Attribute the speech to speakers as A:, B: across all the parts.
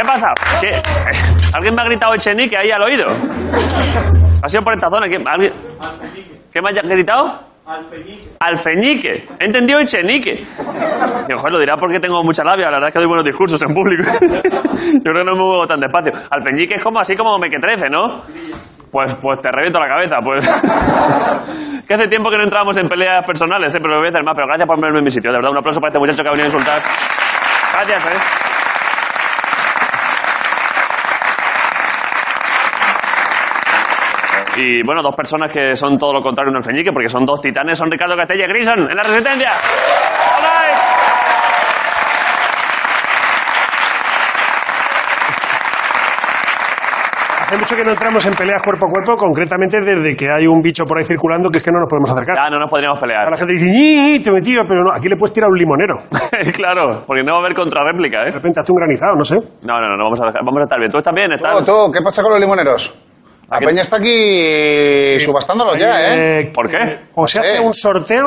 A: eh. pasa? Sí. Alguien me ha gritado Echenique ahí al oído. Ha sido por esta zona. ¿Quién- alguien- ¿Qué me ha gritado? Alfeñique. He entendido Echenique. Digo, joder, lo dirá porque tengo mucha labia. La verdad es que doy buenos discursos en público. Yo creo que no me muevo tan despacio. Alfeñique es como así como mequetrefe, ¿no? Pues, pues te reviento la cabeza, pues. que hace tiempo que no entramos en peleas personales, ¿eh? pero lo voy a hacer más. Pero gracias por ponerme en mi sitio. De verdad, un aplauso para este muchacho que ha venido a insultar. Gracias, ¿eh? Y bueno, dos personas que son todo lo contrario en el Feñique, porque son dos titanes, son Ricardo Castella y Grison en la Resistencia. ¡Hola!
B: Hace mucho que no entramos en peleas cuerpo a cuerpo, concretamente desde que hay un bicho por ahí circulando que es que no nos podemos acercar.
A: Ya no nos podríamos
B: A
A: pelear.
B: la gente dice, "Ñi, te he metido", pero no, aquí le puedes tirar un limonero. De
A: claro, porque no va a haber contrarréplica, ¿eh?
B: repente hazte un granizado, no sé.
A: No, no, no, no, vamos a, dejar- vamos a estar bien. ¿Tú estás bien? ¿Estás?
C: Tú, tú, ¿qué pasa con los limoneros? La
A: qué?
C: peña está aquí subastándolo ya, ¿eh?
B: Eh,
A: ¿Por qué?
B: O se
C: No sé.
B: hace un sorteo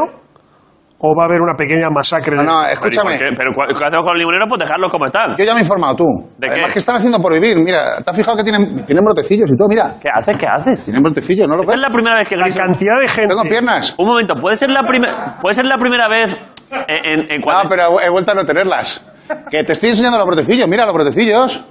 B: o va a haber una pequeña masacre.
C: No,
B: en-
C: no,
A: Pero, ¿y por
C: escúchame.
A: qué? Pero ¿cuál- ¿qué hacemos con los limoneros? Pues dejarlos como están.
C: Yo ya me he informado tú.
A: ¿De
C: Además
A: qué?
C: que están haciendo por vivir. Mira, ¿te has fijado que tienen, tienen brotecillos y todo? Mira,
A: ¿Qué haces? ¿Qué haces?
C: tienen brotecillos, ¿no lo
A: Esta
C: ves?
A: es la primera vez que
B: La
A: Grison...
B: cantidad de gente...
C: Tengo piernas.
A: Un momento, ¿puede ser la, primera ¿puede ser la primera vez en, en, en
C: No,
A: cuando-
C: Ah, pero he vuelto a no tenerlas. Que te estoy enseñando los brotecillos. Mira, los brotecillos.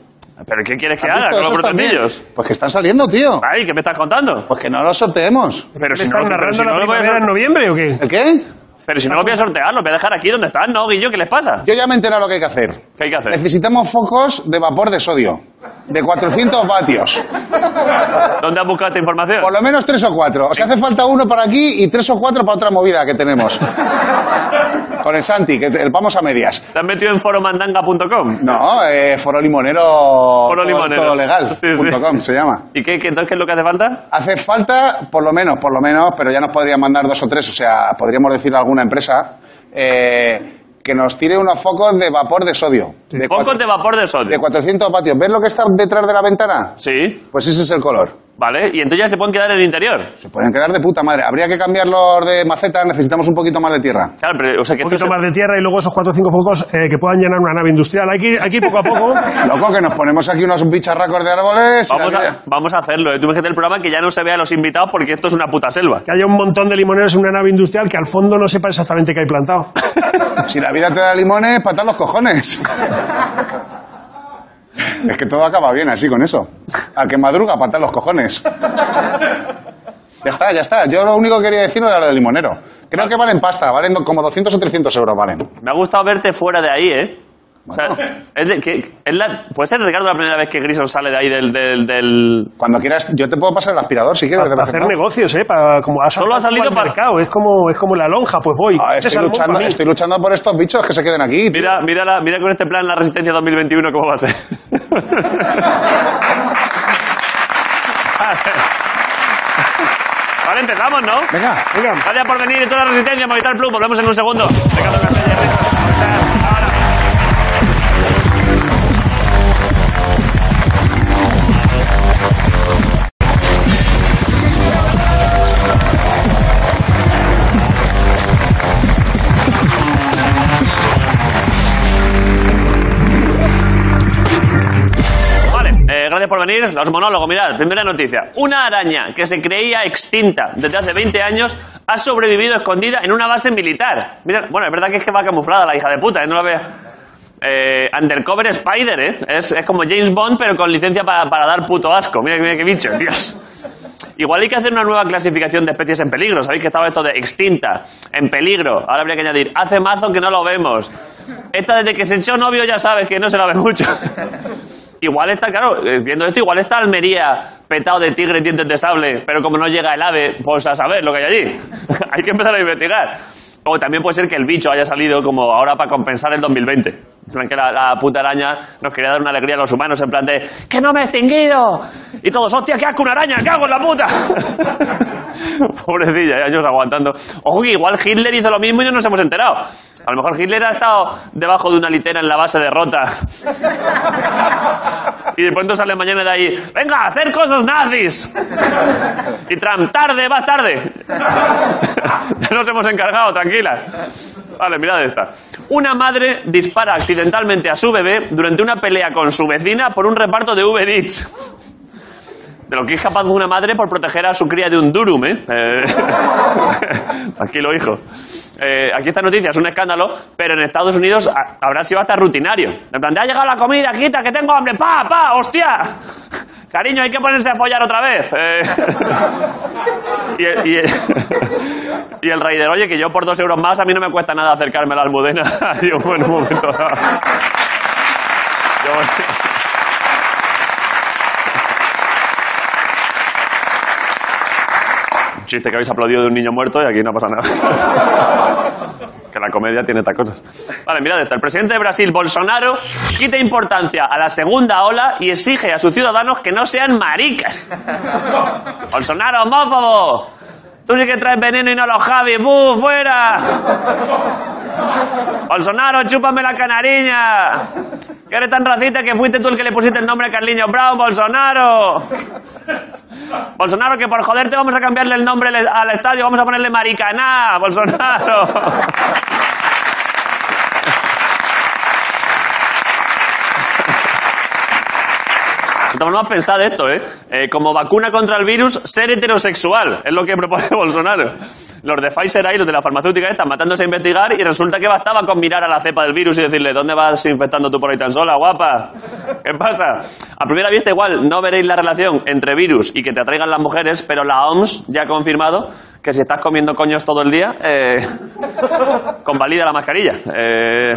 A: ¿Pero qué quieres que
C: ¿Has
A: haga con
C: visto
A: los
C: esos también?
A: brotecillos?
C: Pues que están saliendo, tío.
A: Ay, ¿qué me estás contando?
C: Pues que no los sorteemos.
A: Pero
B: ¿Me
A: si no,
B: están
A: pero
B: narrando
A: si
B: la
A: no lo voy a
B: primavera en
A: hacer-
B: noviembre o qué?
C: ¿El qué?
A: Pero si no los voy a sortear, los voy a dejar aquí donde están, ¿no, Guillo? ¿Qué les pasa?
C: Yo ya me he enterado lo que hay que hacer.
A: ¿Qué hay que hacer?
C: Necesitamos focos de vapor de sodio. De 400 vatios.
A: ¿Dónde has buscado esta información?
C: Por lo menos tres o cuatro. O sea, hace falta uno para aquí y tres o cuatro para otra movida que tenemos. Con el Santi, que te- vamos a medias.
A: ¿Te has metido en foromandanga.com?
C: No, eh, Foro Limonero.
A: Foro
C: todo-
A: Limonero.
C: todo legal.
A: Sí, sí.
C: punto com se llama.
A: ¿Y qué, qué- entonces qué es lo que hace falta?
C: Hace falta, por lo menos, por lo menos, pero ya nos podrían mandar dos o tres, o sea, podríamos decir a alguna empresa eh, que nos tire unos focos de vapor de sodio. De, cuatro-
A: Focos de vapor de sodio.
C: de 400 vatios. ¿Ves lo que está detrás de la ventana?
A: Sí,
C: Pues ese es el color.
A: vale. Y entonces ya se pueden quedar en el interior.
C: Se pueden quedar de puta madre. Habría que cambiarlos de maceta, necesitamos un poquito más de tierra.
A: Claro, pero o sea que
B: Un
A: esto
B: poquito
A: se-
B: más de tierra y luego esos 4 o 5 focos eh, que puedan llenar una nave industrial. Hay que ir, hay que ir poco a poco.
C: Loco, que nos ponemos aquí unos bicharracos de árboles. y la
A: Vamos a,
C: vida.
A: vamos a hacerlo. ¿eh? Tú imagínate el programa que ya no se vea a los invitados porque esto es una puta selva.
B: Que haya un montón de limoneros en una nave industrial que al fondo no sepa exactamente qué hay plantado.
C: Si la vida te da limones, patar los cojones. Es que todo acaba bien así con eso. Al que madruga, patar los cojones. Ya está, ya está. Yo lo único que quería decir era lo del limonero. Creo que valen pasta, valen do- como 200 o 300 euros valen.
A: Me ha gustado verte fuera de ahí, ¿eh? O sea,
C: Bueno.
A: es de- que- es la- ¿Puede ser, Ricardo, la primera vez que Grison sale de ahí del... del, del-
C: Cuando quieras, yo te puedo pasar el aspirador si quieres.
B: Para,
C: de vez en
B: hacer
C: cuando.
B: negocios, ¿eh? Para, como has
A: Solo ha
B: saltado
A: salido
B: al
A: para-
B: mercado. Es como, es como la lonja, pues voy.
C: Ah,
B: Este
C: estoy,
B: salmón
C: luchando,
B: para mí.
C: estoy luchando por estos bichos que se queden aquí. tío.
A: Mira, mira, la- mira con este plan la Resistencia 2021 cómo va a ser. vale, empezamos, ¿no?
C: Venga,
B: Venga,
A: Gracias por venir y toda la resistencia, Movistar Plus. Volvemos en un segundo. Ricardo Castella, Ricardo. Ahora. Vale, eh, gracias por venir. Los monólogos, mirad, primera noticia. Una araña que se creía extinta desde hace 20 años ha sobrevivido escondida en una base militar. Mirad, bueno, es verdad que es que va camuflada la hija de puta, ¿eh? no la veas. Eh, undercover Spider, ¿eh? Es, es como James Bond, pero con licencia para, para dar puto asco. Mira, mira qué bicho, Dios. Igual hay que hacer una nueva clasificación de especies en peligro. Sabéis que estaba esto de extinta, en peligro. Ahora habría que añadir, hace mazo que no lo vemos. Esta desde que se echó novio ya sabes que no se la ve mucho. Igual está, claro, eh, viendo esto, igual está Almería petado de tigre y dientes de sable, pero como no llega el ave, pues a saber lo que hay allí. hay que empezar a investigar. O también puede ser que el bicho haya salido como ahora para compensar el 2020. En plan que la, la puta araña nos quería dar una alegría a los humanos, en plan de ¡Que no me he extinguido! Y todos, ¡hostia, qué asco una araña! ¡Cago en la puta! Pobrecilla, años aguantando. Ojo que igual Hitler hizo lo mismo y no nos hemos enterado. A lo mejor Hitler ha estado debajo de una litera en la base de Rota y de pronto sale mañana de ahí, venga, a hacer cosas nazis. Y Trump, tarde, va tarde. Ya nos hemos encargado, tranquila. Vale, mirad esta. Una madre dispara accidentalmente a su bebé durante una pelea con su vecina por un reparto de Uber Eats. De lo que es capaz una madre por proteger a su cría de un durum, ¿eh? Eh, Tranquilo, hijo. Eh, aquí esta noticia es un escándalo, pero en Estados Unidos ha- habrá sido hasta rutinario. En plan, te ha llegado la comida, quita, que tengo hambre, pa, pa, hostia. Cariño, hay que ponerse a follar otra vez. Eh, y, el- y el, y el raider, oye, que yo por dos euros más a mí no me cuesta nada acercarme a la almudena. Y yo, bueno, un momento. Yo- chiste que habéis aplaudido de un niño muerto y aquí no pasa nada. que la comedia tiene estas cosas. Vale, mirad esto. El presidente de Brasil, Bolsonaro, quita importancia a la segunda ola y exige a sus ciudadanos que no sean maricas. ¡Bolsonaro, homófobo! Tú sí que traes veneno y no los Javi. ¡Bu, fuera! ¡Bolsonaro, chúpame la canariña! Que eres tan racista que fuiste tú el que le pusiste el nombre a Carliños Brown, Bolsonaro. Bolsonaro, que por joderte vamos a cambiarle el nombre le- al estadio, vamos a ponerle Maricaná, Bolsonaro. De todas formas, pensad esto, ¿eh? Eh, Como vacuna contra el virus, ser heterosexual, es lo que propone Bolsonaro. Los de Pfizer ahí, los de la farmacéutica, están matándose a investigar y resulta que bastaba con mirar a la cepa del virus y decirle, ¿dónde vas infectando tú por ahí tan sola, guapa? ¿Qué pasa? A primera vista igual no veréis la relación entre virus y que te atraigan las mujeres, pero la OMS ya ha confirmado que si estás comiendo coños todo el día, eh, convalida la mascarilla. Eh,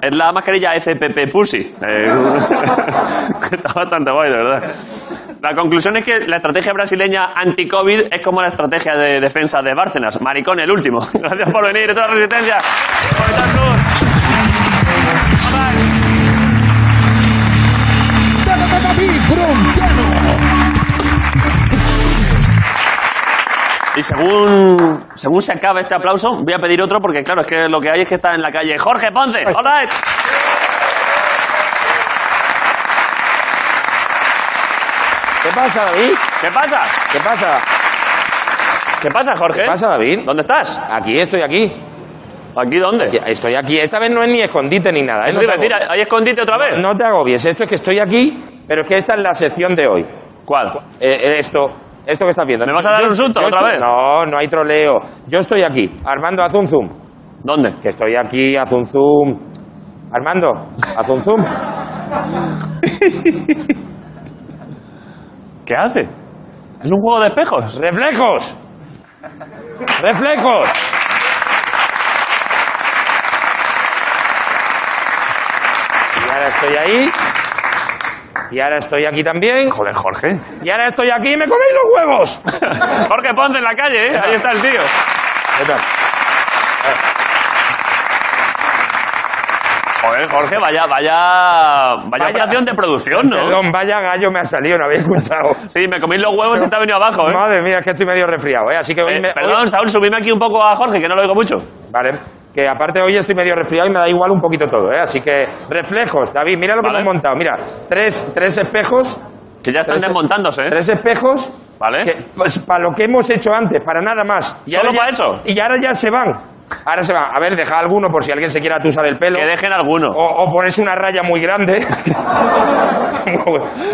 A: es la mascarilla FPP Pussy. Eh, está bastante guay, de verdad. La conclusión es que la estrategia brasileña anti-COVID es como la estrategia de defensa de Bárcenas. Maricón, el último. Gracias por venir, toda la resistencia. Por estar juntos. Bye, bye. Y según, según se acabe este aplauso, voy a pedir otro porque, claro, es que lo que hay es que está en la calle. Jorge Ponce, all right.
D: ¿Qué pasa, David?
A: ¿Qué pasa?
D: ¿Qué pasa?
A: ¿Qué pasa, Jorge?
D: ¿Qué pasa, David?
A: ¿Dónde estás?
D: Aquí estoy, aquí.
A: ¿Aquí dónde?
D: Aquí- Estoy aquí. Esta vez no es ni escondite ni nada. ¿eh?
A: Eso
D: No
A: te iba a
D: te
A: decir,
D: agobies.
A: ¿ahí escondite otra vez?
D: No te agobies. Esto es que estoy aquí, pero es que esta es la sección de hoy.
A: ¿Cuál?
D: Eh, eh, esto, esto que estás viendo.
A: ¿Me vas a dar
D: Yo-
A: un susto
D: yo
A: otra
D: estoy-
A: vez?
D: No, no hay troleo. Yo estoy aquí, Armando Azum Zum.
A: ¿Dónde?
D: Que estoy aquí, Azum Zum. Armando, Azum Zum.
A: ¿Qué hace? Es un juego de espejos.
D: ¡Reflejos! ¡Reflejos! Y ahora estoy ahí. Y ahora estoy aquí también.
A: Joder, Jorge.
D: Y ahora estoy aquí y me coméis los huevos.
A: Jorge Ponce en la calle, ¿eh? Ahí está el tío.
D: ¿Qué tal?
A: Joder, Jorge, vaya, vaya, vaya, operación de producción, ¿no?
D: Perdón, vaya gallo me ha salido, no habéis escuchado.
A: Sí, me comí los huevos y te ha venido abajo, ¿eh?
D: Madre mía, es que estoy medio resfriado, ¿eh? Así que hoy
A: Eh,
D: me... hoy-
A: perdón, Saúl, subime aquí un poco a Jorge, que no lo oigo mucho.
D: Vale. Que aparte hoy estoy medio resfriado y me da igual un poquito todo, ¿eh? Así que reflejos, David, mira lo que
A: Vale.
D: hemos montado. Mira, tres, tres espejos,
A: Que ya están
D: Tres-
A: desmontándose, ¿eh?
D: tres espejos
A: ¿Vale?
D: Que, pues, para lo que hemos hecho antes, para nada más.
A: ¿Eh? ¿Solo
D: ahora ya-
A: para eso?
D: Y ahora ya se van. Ahora se van. A ver, deja alguno por si alguien se quiere atusar el pelo.
A: Que dejen alguno.
D: O, o pones una raya muy grande.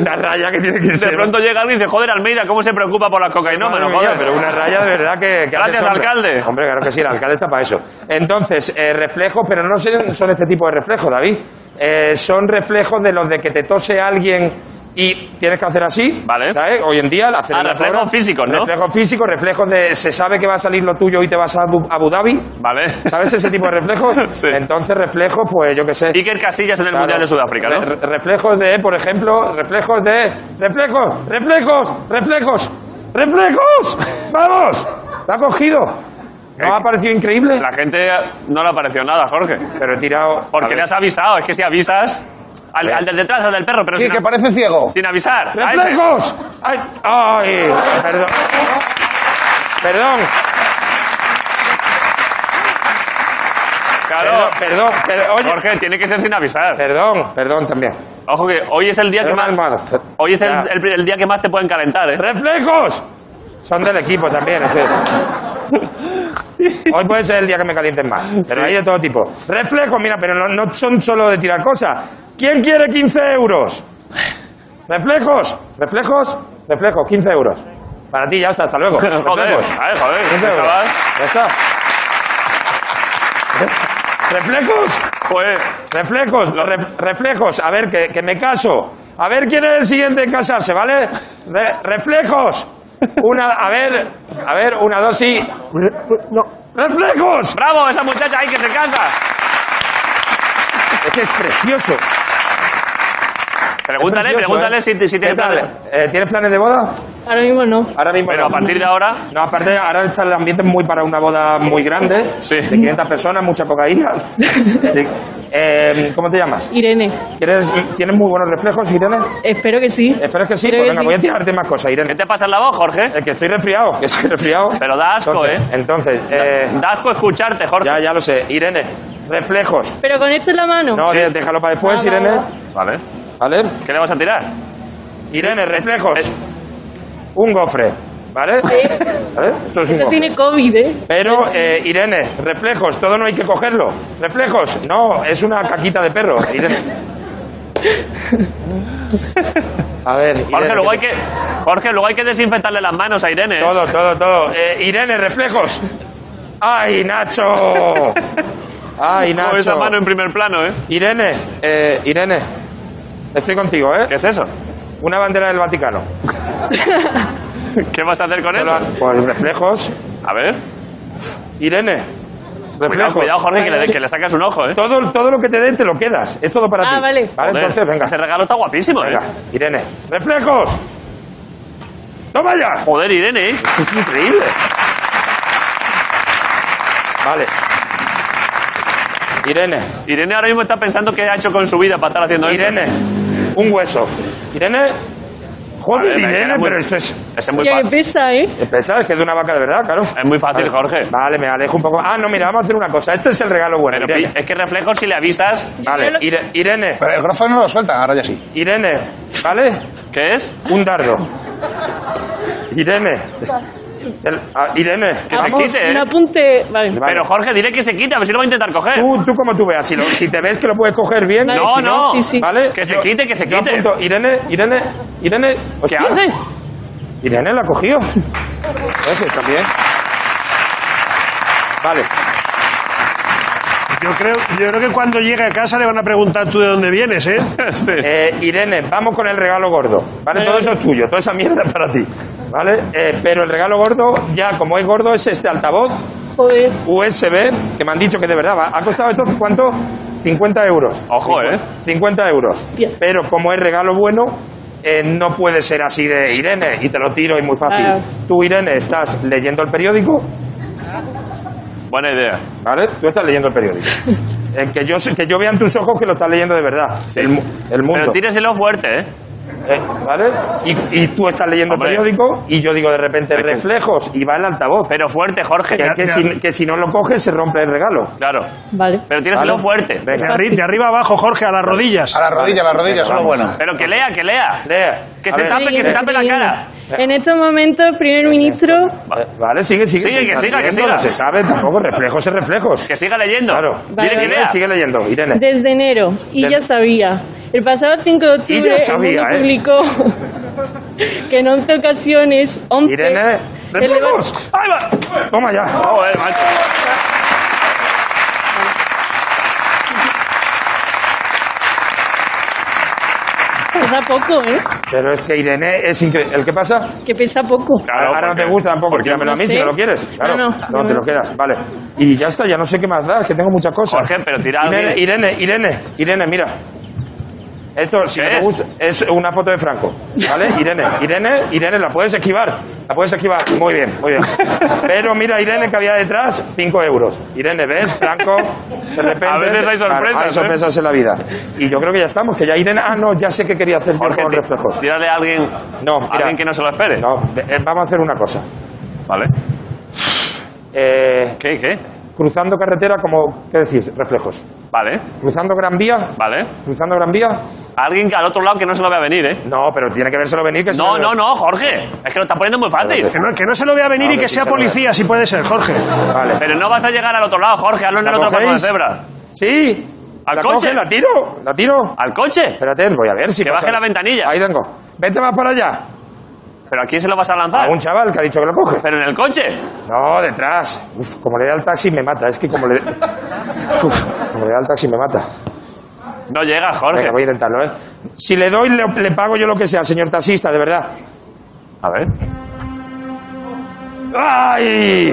D: una raya que tiene que
A: De
D: ser.
A: pronto llega alguien y dice, joder, Almeida, ¿cómo se preocupa por las
D: Madre
A: cocainómanos,
D: mía,
A: joder?
D: pero una raya de verdad que. que hace
A: Gracias,
D: sombra.
A: alcalde.
D: Hombre, claro que sí, el alcalde está para eso. Entonces, eh, reflejos, pero no son son este tipo de reflejos, David. Eh, son reflejos de los de que te tose alguien y tienes que hacer así.
A: Vale.
D: ¿Sabes? Hoy en día, hacer
A: Ah,
D: una
A: reflejos
D: cobra-
A: físicos, ¿no?
D: Reflejos físicos, reflejos de. Se sabe que va a salir lo tuyo y te vas a Abu Abu Dhabi.
A: Vale.
D: ¿Sabes ese tipo de reflejos?
A: Sí.
D: Entonces, reflejos, pues yo qué sé.
A: Iker Casillas en el
D: Claro.
A: Mundial de Sudáfrica, ¿no?
D: Re- re- reflejos de, por ejemplo, reflejos de. ¡Reflejos! ¡Reflejos! ¡Reflejos! ¡Reflejos! ¡Vamos! ¡La ha cogido! ¿No ha parecido increíble?
A: La gente no le ha parecido nada, Jorge.
D: Pero he tirado.
A: Porque
D: a
A: le
D: ver.
A: has avisado. Es que si avisas al, al del detrás, al del perro, pero
C: Sí,
A: sin,
C: que
A: a-
C: parece ciego.
A: sin avisar. a ese.
D: ¡Reflejos! ¡Ay! ay, Perdón. Perdón,
A: Claro.
D: perdón, perdón, perdón, oye,
A: Jorge, tiene que ser sin avisar.
D: perdón, perdón también.
A: Ojo que hoy es el día que
D: Perdón,
A: más...
D: hermano.
A: Hoy es el,
D: Ya.
A: el- el día que más te pueden calentar, ¿eh?
D: ¡Reflejos! Son del equipo también. es que- Hoy puede ser el día que me calienten más. Pero hay de todo tipo. Reflejos, mira, pero no, no son solo de tirar cosas. ¿Quién quiere 15 euros? Reflejos, reflejos, reflejos, 15 euros. Para ti, ya está, hasta luego.
A: Joder,
D: Reflejos.
A: a ver, joder,
D: 15
A: este
D: euros.
A: chaval.
D: Ya está. ¿Reflejos?
A: Joder,
D: Reflejos, re- reflejos. A ver, que, que me caso. A ver quién es el siguiente en casarse, ¿vale? Re- reflejos. Una, a ver, a ver, una, dos y.
B: No.
D: ¡Reflejos!
A: bravo, esa muchacha ahí que se casa.
D: Es que es precioso.
A: Pregúntale,
D: Es precioso,
A: pregúntale
D: ¿eh?
A: si, si
D: ¿Qué
A: tiene
D: tal?
A: planes.
D: Eh, ¿Tienes planes de boda?
E: Ahora mismo no.
D: Ahora mismo.
A: Pero
D: no.
A: a partir de ahora,
D: No, aparte, ahora está el ambiente muy para una boda muy grande.
A: Sí.
D: De 500 personas, mucha cocaína. Sí. Eh, ¿Cómo te llamas?
E: Irene,
D: ¿Quieres, ¿Tienes muy buenos reflejos, Irene?
E: espero que sí.
D: Espero que sí.
E: Creo
D: Pues
E: que
D: venga,
E: sí.
D: voy a tirarte más cosas, Irene.
A: ¿qué te pasa en la voz, Jorge?
D: Es Eh, que estoy resfriado, que estoy resfriado.
A: Pero da asco,
D: entonces,
A: ¿eh?
D: Entonces, eh,
A: Da asco escucharte, Jorge.
D: ya, ya lo sé. Irene, reflejos.
E: Pero con esto en la mano.
D: No, de- déjalo para después,
E: Ah,
D: Irene.
A: Vale.
E: vale,
D: ¿Vale?
A: ¿Qué le vas a tirar?
D: Irene, reflejos.
A: es-
D: Un gofre, ¿vale? ¿Vale? Esto es un
E: Eh, Esto
D: gofre.
E: tiene COVID, ¿eh?
D: Pero, eh, Irene, reflejos, todo no hay que cogerlo. Reflejos, no, es una caquita de perro, Irene. A ver,
A: Jorge,
D: Irene,
A: luego
D: ¿qué
A: hay que, Jorge, luego hay que desinfectarle las manos a Irene.
D: te-
A: ¿eh?
D: Todo, todo, todo. Eh, Irene, reflejos. ¡Ay, Nacho! ¡Ay,
A: Con
D: Nacho!
A: esa mano en primer plano, ¿eh?
D: Irene, eh, Irene, estoy contigo, ¿eh?
A: ¿Qué es eso?
D: Una bandera del Vaticano.
A: ¿Qué vas a hacer con eso?
D: Pues reflejos.
A: A ver.
D: Pues Irene,
A: Cuidado,
D: reflejos.
A: cuidado, Jorge, que le, que le sacas un ojo, ¿eh?
D: Todo, todo lo que te den te lo quedas. Es todo para
E: Ah,
D: ti.
E: vale.
D: Vale,
A: Joder,
D: entonces, venga.
A: Ese regalo está guapísimo, ¿eh?
D: Venga, Irene. ¡Reflejos! ¡Toma ya!
A: Joder, Irene, ¿eh?
D: Es increíble. Vale. Irene,
A: Irene ahora mismo está pensando qué ha hecho con su vida para estar haciendo esto. Eh,
D: Irene, un hueso. Irene. Joder,
A: Vale, me
D: Irene,
A: queda muy-
D: pero esto es.
A: Ese es muy,
E: Oye,
A: fa-
E: que pesa, ¿eh?
D: Pensaba que es de una vaca de verdad, claro.
A: es muy fácil,
D: Vale.
A: Jorge.
D: Vale, me alejo un poco. Ah, no, mira, vamos a hacer una cosa. Este es el regalo bueno.
A: Pero pi-
D: Irene.
A: es que reflejo si le avisas.
D: Vale, Ire- Irene,
C: Pero el grofo no lo suelta, ahora ya sí.
D: Irene, ¿vale?
A: ¿Qué es?
D: Un dardo. Irene. El- ah, Irene.
A: Que se
E: Apu-
A: quite, ¿eh?
E: Un apunte. Vale.
D: Vale.
A: Pero Jorge, dile que se quita, a ver si lo va a intentar coger.
D: Tú, tú como tú veas, si, lo- si te ves que lo puedes coger bien,
E: Vale,
D: y
A: No,
D: si
A: no.
E: Sí, sí.
D: ¿vale?
A: Que se
D: Yo-
A: quite, que se
D: yo
A: quite.
D: apunto. Irene, Irene, Irene.
A: ¿Qué
D: Hostia,
A: hace?
D: Irene la ha cogido.
C: Gracias, también.
D: Vale.
B: Yo creo, yo creo que cuando llegue a casa le van a preguntar tú de dónde vienes, ¿eh?
A: Sí.
D: Eh, Irene, vamos con el regalo gordo. ¿Vale? Todo eso es tuyo, toda esa mierda es para ti. ¿Vale? Eh, pero el regalo gordo, ya como es gordo, es este altavoz
E: Joder.
D: USB que me han dicho que de verdad va- ha costado esto, ¿cuánto? 50 euros.
A: Ojo, ¿eh?
D: 50 euros.
E: Hostia.
D: Pero como es regalo bueno, eh, no puede ser así de Irene, y te lo tiro y muy fácil.
E: Claro.
D: Tú, Irene, estás leyendo el periódico,
A: Buena idea.
D: ¿vale? Tú estás leyendo el periódico. Eh, que, yo, sé- que yo vea en tus ojos que lo estás leyendo de verdad. El, mu- el mundo.
A: Pero tíreselo fuerte, ¿eh?
D: Eh, ¿Vale? Y, y tú estás leyendo
A: Hombre.
D: el periódico y yo digo de repente reflejos y va el altavoz.
A: Pero fuerte, Jorge.
D: Que, que si, que si no lo coges se rompe el regalo.
A: Claro.
E: Vale.
A: Pero tíreselo
D: Vale.
A: fuerte.
B: De,
D: Venga,
B: arri- de arriba abajo, Jorge, a las rodillas.
C: A la rodilla, a la rodilla,
D: Venga,
C: eso es lo
D: vamos.
C: bueno.
A: Pero que lea, que lea.
D: lee.
A: Que
D: A
A: se
D: ver.
A: tape, que se tape la cara.
E: En estos momentos, el primer ministro.
D: Vale, Vale, sigue, sigue.
A: Sigue, que
D: Está
A: siga, que
D: leyendo,
A: siga.
D: No se sabe tampoco, reflejos es reflejos.
A: Que siga leyendo.
D: Claro.
A: Dile
E: Vale,
A: que
E: vale,
A: lea.
D: Sigue leyendo, Irene.
E: Desde enero. Y
D: Desde-
E: ya sabía. El pasado 5 de octubre.
D: Y ya
E: el
D: sabía,
E: mundo
D: ¿eh?
E: publicó que en 11 ocasiones. 11
D: Irene,
E: releva-
D: reflejos. Ahí va. Toma ya.
A: Joder, macho.
E: Pesa poco, ¿eh?
D: Pero es que Irene es increíble. ¿El qué pasa?
E: Que pesa poco.
A: Claro,
D: Ahora no
A: porque-
D: te gusta tampoco, tíramelo a mí
E: No
D: si
E: sé.
D: me lo quieres. Claro, no,
E: No, no, no
D: te
E: me-
D: lo quedas, vale. Y ya está, ya no sé qué más da, es que tengo muchas cosas.
A: Jorge, pero tira algo.
D: Irene, Irene, Irene, Irene, mira. Esto, si
A: ¿Qué
D: no te
A: es?
D: gusta, es una foto de Franco, ¿vale? Irene, Irene, Irene, la puedes esquivar, la puedes esquivar. Muy bien, muy bien. Pero mira, Irene, que había detrás 5 euros. Irene, ¿ves? Franco, de repente...
A: A veces hay
D: Claro,
A: sorpresas, ¿eh?
D: hay sorpresas en la vida. Y yo creo que ya estamos, que ya Irene... Ah, no, ya sé que quería hacer yo
A: Jorge,
D: con
A: tí-
D: reflejos.
A: tírale a alguien,
D: No,
A: a
D: mira.
A: alguien que no se lo espere.
D: No, eh, vamos a hacer una cosa.
A: Vale.
D: Eh,
A: ¿Qué, qué?
D: cruzando carretera como, ¿qué decís? Reflejos.
A: Vale,
D: Cruzando Gran Vía,
A: vale.
D: cruzando Gran Vía.
A: Alguien que al otro lado que no se lo vea venir, ¿eh?
D: No, pero tiene que vérselo venir que si
A: No, no, no, Jorge. Es que lo está poniendo muy fácil.
B: Que no, que no se lo vea venir
D: No,
B: y
D: que
B: que
D: sí
B: sea
D: se lo vea.
B: policía, si puede ser, Jorge.
D: Vale.
A: Pero no vas a llegar al otro lado, Jorge. Hazlo en el
D: ¿La
A: otro paso de
D: cogéis?
A: cebra.
D: Sí.
A: Al
D: la
A: coche.
D: coge, la tiro, la tiro.
A: ¿Al coche?
D: Espérate, voy a ver si
A: Que
D: pasa.
A: baje la ventanilla.
D: Ahí tengo. Vete más para allá.
A: ¿Pero a quién se lo vas a lanzar?
D: A un chaval que ha dicho que lo coge.
A: ¿Pero en el coche?
D: No, detrás. Uf, como le dé al taxi me mata. Es que como le... Uf, como le dé al taxi me mata.
A: No llega, Jorge.
D: Venga, voy a intentarlo, ¿eh? Si le doy, le, le pago yo lo que sea, señor taxista, de verdad.
A: A ver.
D: ¡Ay!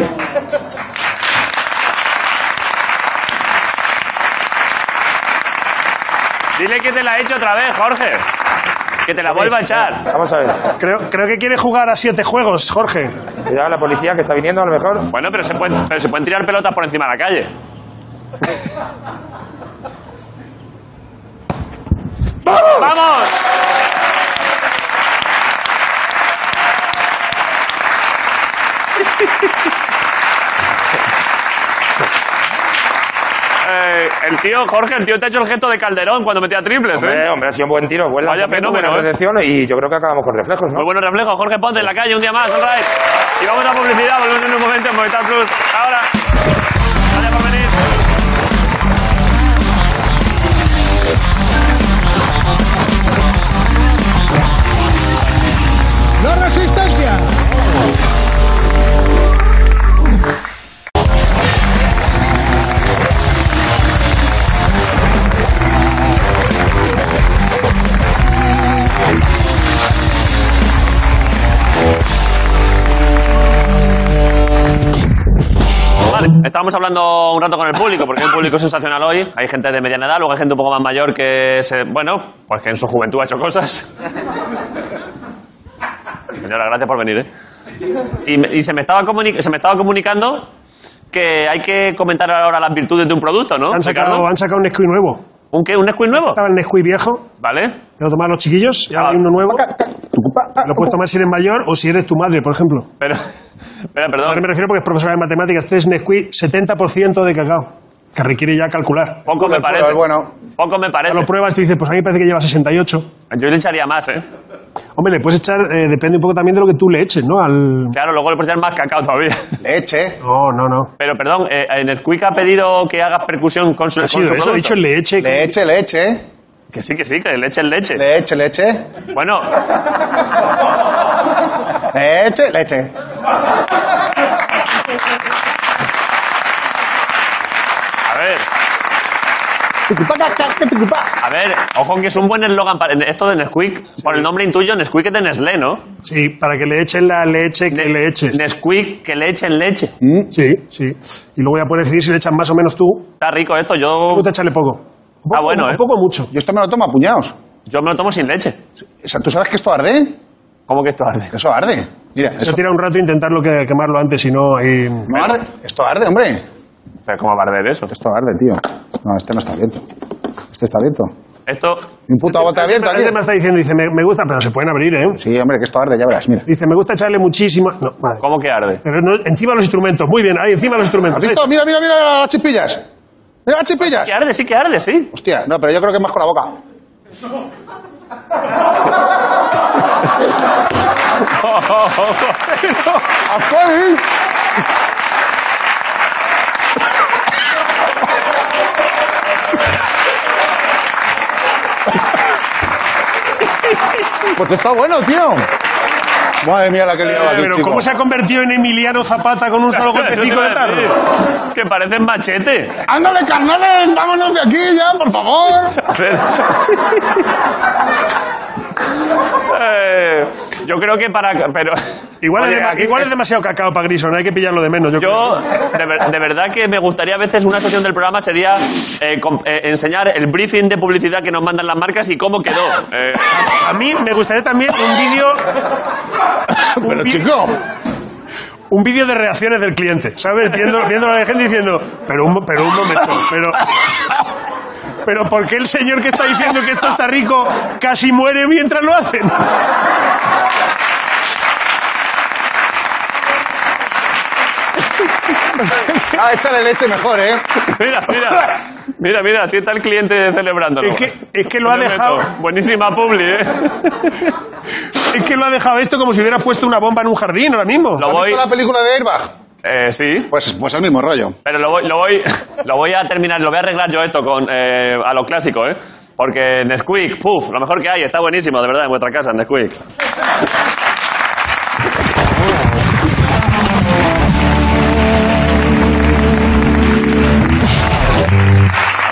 A: Dile que te la he hecho otra vez, Jorge. Que te la vuelva a echar.
D: Vamos a ver.
B: Creo, creo que quiere jugar a siete juegos, Jorge.
D: Cuidado la policía que está viniendo, a lo mejor.
A: Bueno, pero se, pueden, pero se pueden tirar pelotas por encima de la calle.
D: ¡Vamos!
A: ¡Vamos! Eh, el tío, Jorge, el tío te ha hecho el gesto de Calderón cuando metía triples,
D: Hombre,
A: ¿eh?
D: hombre, ha sido un buen tiro. Buen
A: Vaya
D: lanzamiento,
A: fenómeno, ¿eh?
D: buena recepción y yo creo que acabamos con reflejos, ¿no?
A: Muy buenos reflejos, Jorge Ponte en la calle, un día más, all right. Y vamos a publicidad, volvemos en un momento en Movistar Plus. Ahora, gracias por venir.
F: ¡No resistencia!
A: Vale, estábamos hablando un rato con el público, porque hay un público sensacional hoy. Hay gente de mediana edad, luego hay gente un poco más mayor que, se, bueno, pues que en su juventud ha hecho cosas. Señora, gracias por venir, ¿eh? Y, me- y se, me estaba comuni- se me estaba comunicando que hay que comentar ahora las virtudes de un producto, ¿no?
B: Han
A: Ricardo?
B: sacado, han sacado un Nesquik nuevo.
A: ¿Un qué? ¿Un Nesquik nuevo?
B: Estaba el Nesquik viejo,
A: Vale.
B: que lo toman los chiquillos,
A: Ah.
B: y ahora hay uno nuevo. Lo puedes tomar si eres mayor o si eres tu madre, por ejemplo.
A: Pero, pero
B: Madre
A: perdón,
B: me refiero porque es profesora de matemáticas. Este es Nesquik 70% de cacao, que requiere ya calcular.
A: poco me
C: Bueno,
A: parece.
C: bueno.
A: Poco me
B: Ahora
A: parece.
B: lo pruebas y tú dices, pues a mí me parece que lleva 68.
A: Yo le echaría más, ¿eh?
B: Hombre, le puedes echar, eh, depende un poco también de lo que tú le eches, ¿no? Al...
A: Claro, luego le puedes echar más cacao todavía.
C: Leche.
B: No, no, no.
A: Pero perdón, eh, en el Quick ha pedido que hagas percusión con su,
B: Ha
A: con
B: sido
A: su
B: eso, he
A: producto.
B: dicho el leche. que-
C: Leche, leche.
A: Que sí, que sí, que leche es leche.
C: Leche, leche.
A: bueno,
C: Leche, leche.
A: a ver, a ver, ojo que es un buen eslogan para esto de Nesquik. Por el nombre intuyo, Nesquik es de Nestlé, ¿no?
B: Sí, para que le echen la leche que
A: Ne-
B: le eches.
A: Nesquik, que le echen leche.
B: Sí, sí. Y luego ya puedes decidir si le echan más o menos tú.
A: Está rico esto, yo,
B: Tú te echarle poco. Un
A: Ah,
B: poco,
A: bueno,
B: un
A: ¿eh?
B: poco o mucho.
C: Yo esto me lo tomo a puñados.
A: yo me lo tomo sin leche.
C: O sea, ¿tú sabes que esto arde?
A: ¿Cómo que esto arde?
C: Eso arde. Mira,
B: Eso
C: eso
B: tira un rato intentarlo que, quemarlo antes, si no. y-
C: no arde. Esto arde, hombre.
A: Pero ¿cómo va a arder eso?
C: Esto arde, tío. No, este no está abierto. Este está abierto.
A: Esto,
C: Y un puto bote abierto
B: La
C: aquí.
B: gente me está diciendo, dice, me, me gusta, pero se pueden abrir, ¿eh?
C: Sí, hombre, que esto arde, ya verás, mira.
B: Dice, me gusta echarle muchísimo. No, madre.
A: ¿cómo que arde?
B: Pero no- encima los instrumentos, muy bien, ahí encima los instrumentos. eh.
C: ¿Has visto? Mira, mira, mira las chispillas. Mira las chispillas.
A: Que arde, sí que arde, sí.
C: Hostia, no, pero yo creo que es más con la boca. ¡Afuera! Pues está bueno, tío. Madre mía, la que liaba
B: Eh,
C: aquí,
B: pero
C: chico.
B: ¿cómo se ha convertido en Emiliano Zapata con un solo golpecito de tarro?
A: Que parecen machete.
C: ¡Ándale, carnales! ¡Vámonos de aquí ya, por favor!
A: A ver. Eh, yo creo que para. Pero.
B: Igual,
A: Oye,
B: es, dema-
A: aquí-
B: igual es demasiado cacao para Grison, hay que pillarlo de menos. Yo,
A: Yo,
B: creo.
A: de, ver- de verdad que me gustaría a veces una sesión del programa sería eh, com- eh, enseñar el briefing de publicidad que nos mandan las marcas y cómo quedó. Eh,
B: A mí me gustaría también un vídeo
C: Pero, chico,
B: un vídeo de reacciones del cliente, ¿sabes? Viendo, viendo a la gente diciendo, pero un, pero un momento, pero... Pero ¿por qué el señor que está diciendo que esto está rico casi muere mientras lo hacen?
C: Ah, échale leche mejor, ¿eh?
A: Mira, mira. Mira, mira, así está el cliente celebrándolo.
B: Es que, es que lo ha
A: Me meto.
B: dejado.
A: Buenísima publi, ¿eh?
B: Es que lo ha dejado esto como si hubiera puesto una bomba en un jardín ahora mismo.
A: Lo
C: ¿Has
A: voy...
C: visto la película de Airbag?
A: Eh, sí,
C: Pues, pues el mismo rollo.
A: pero lo voy, lo, voy, lo voy a terminar, lo voy a arreglar yo esto con, eh, a lo clásico, ¿eh? Porque Nesquik, puf, lo mejor que hay, está buenísimo, de verdad, en vuestra casa, Nesquik.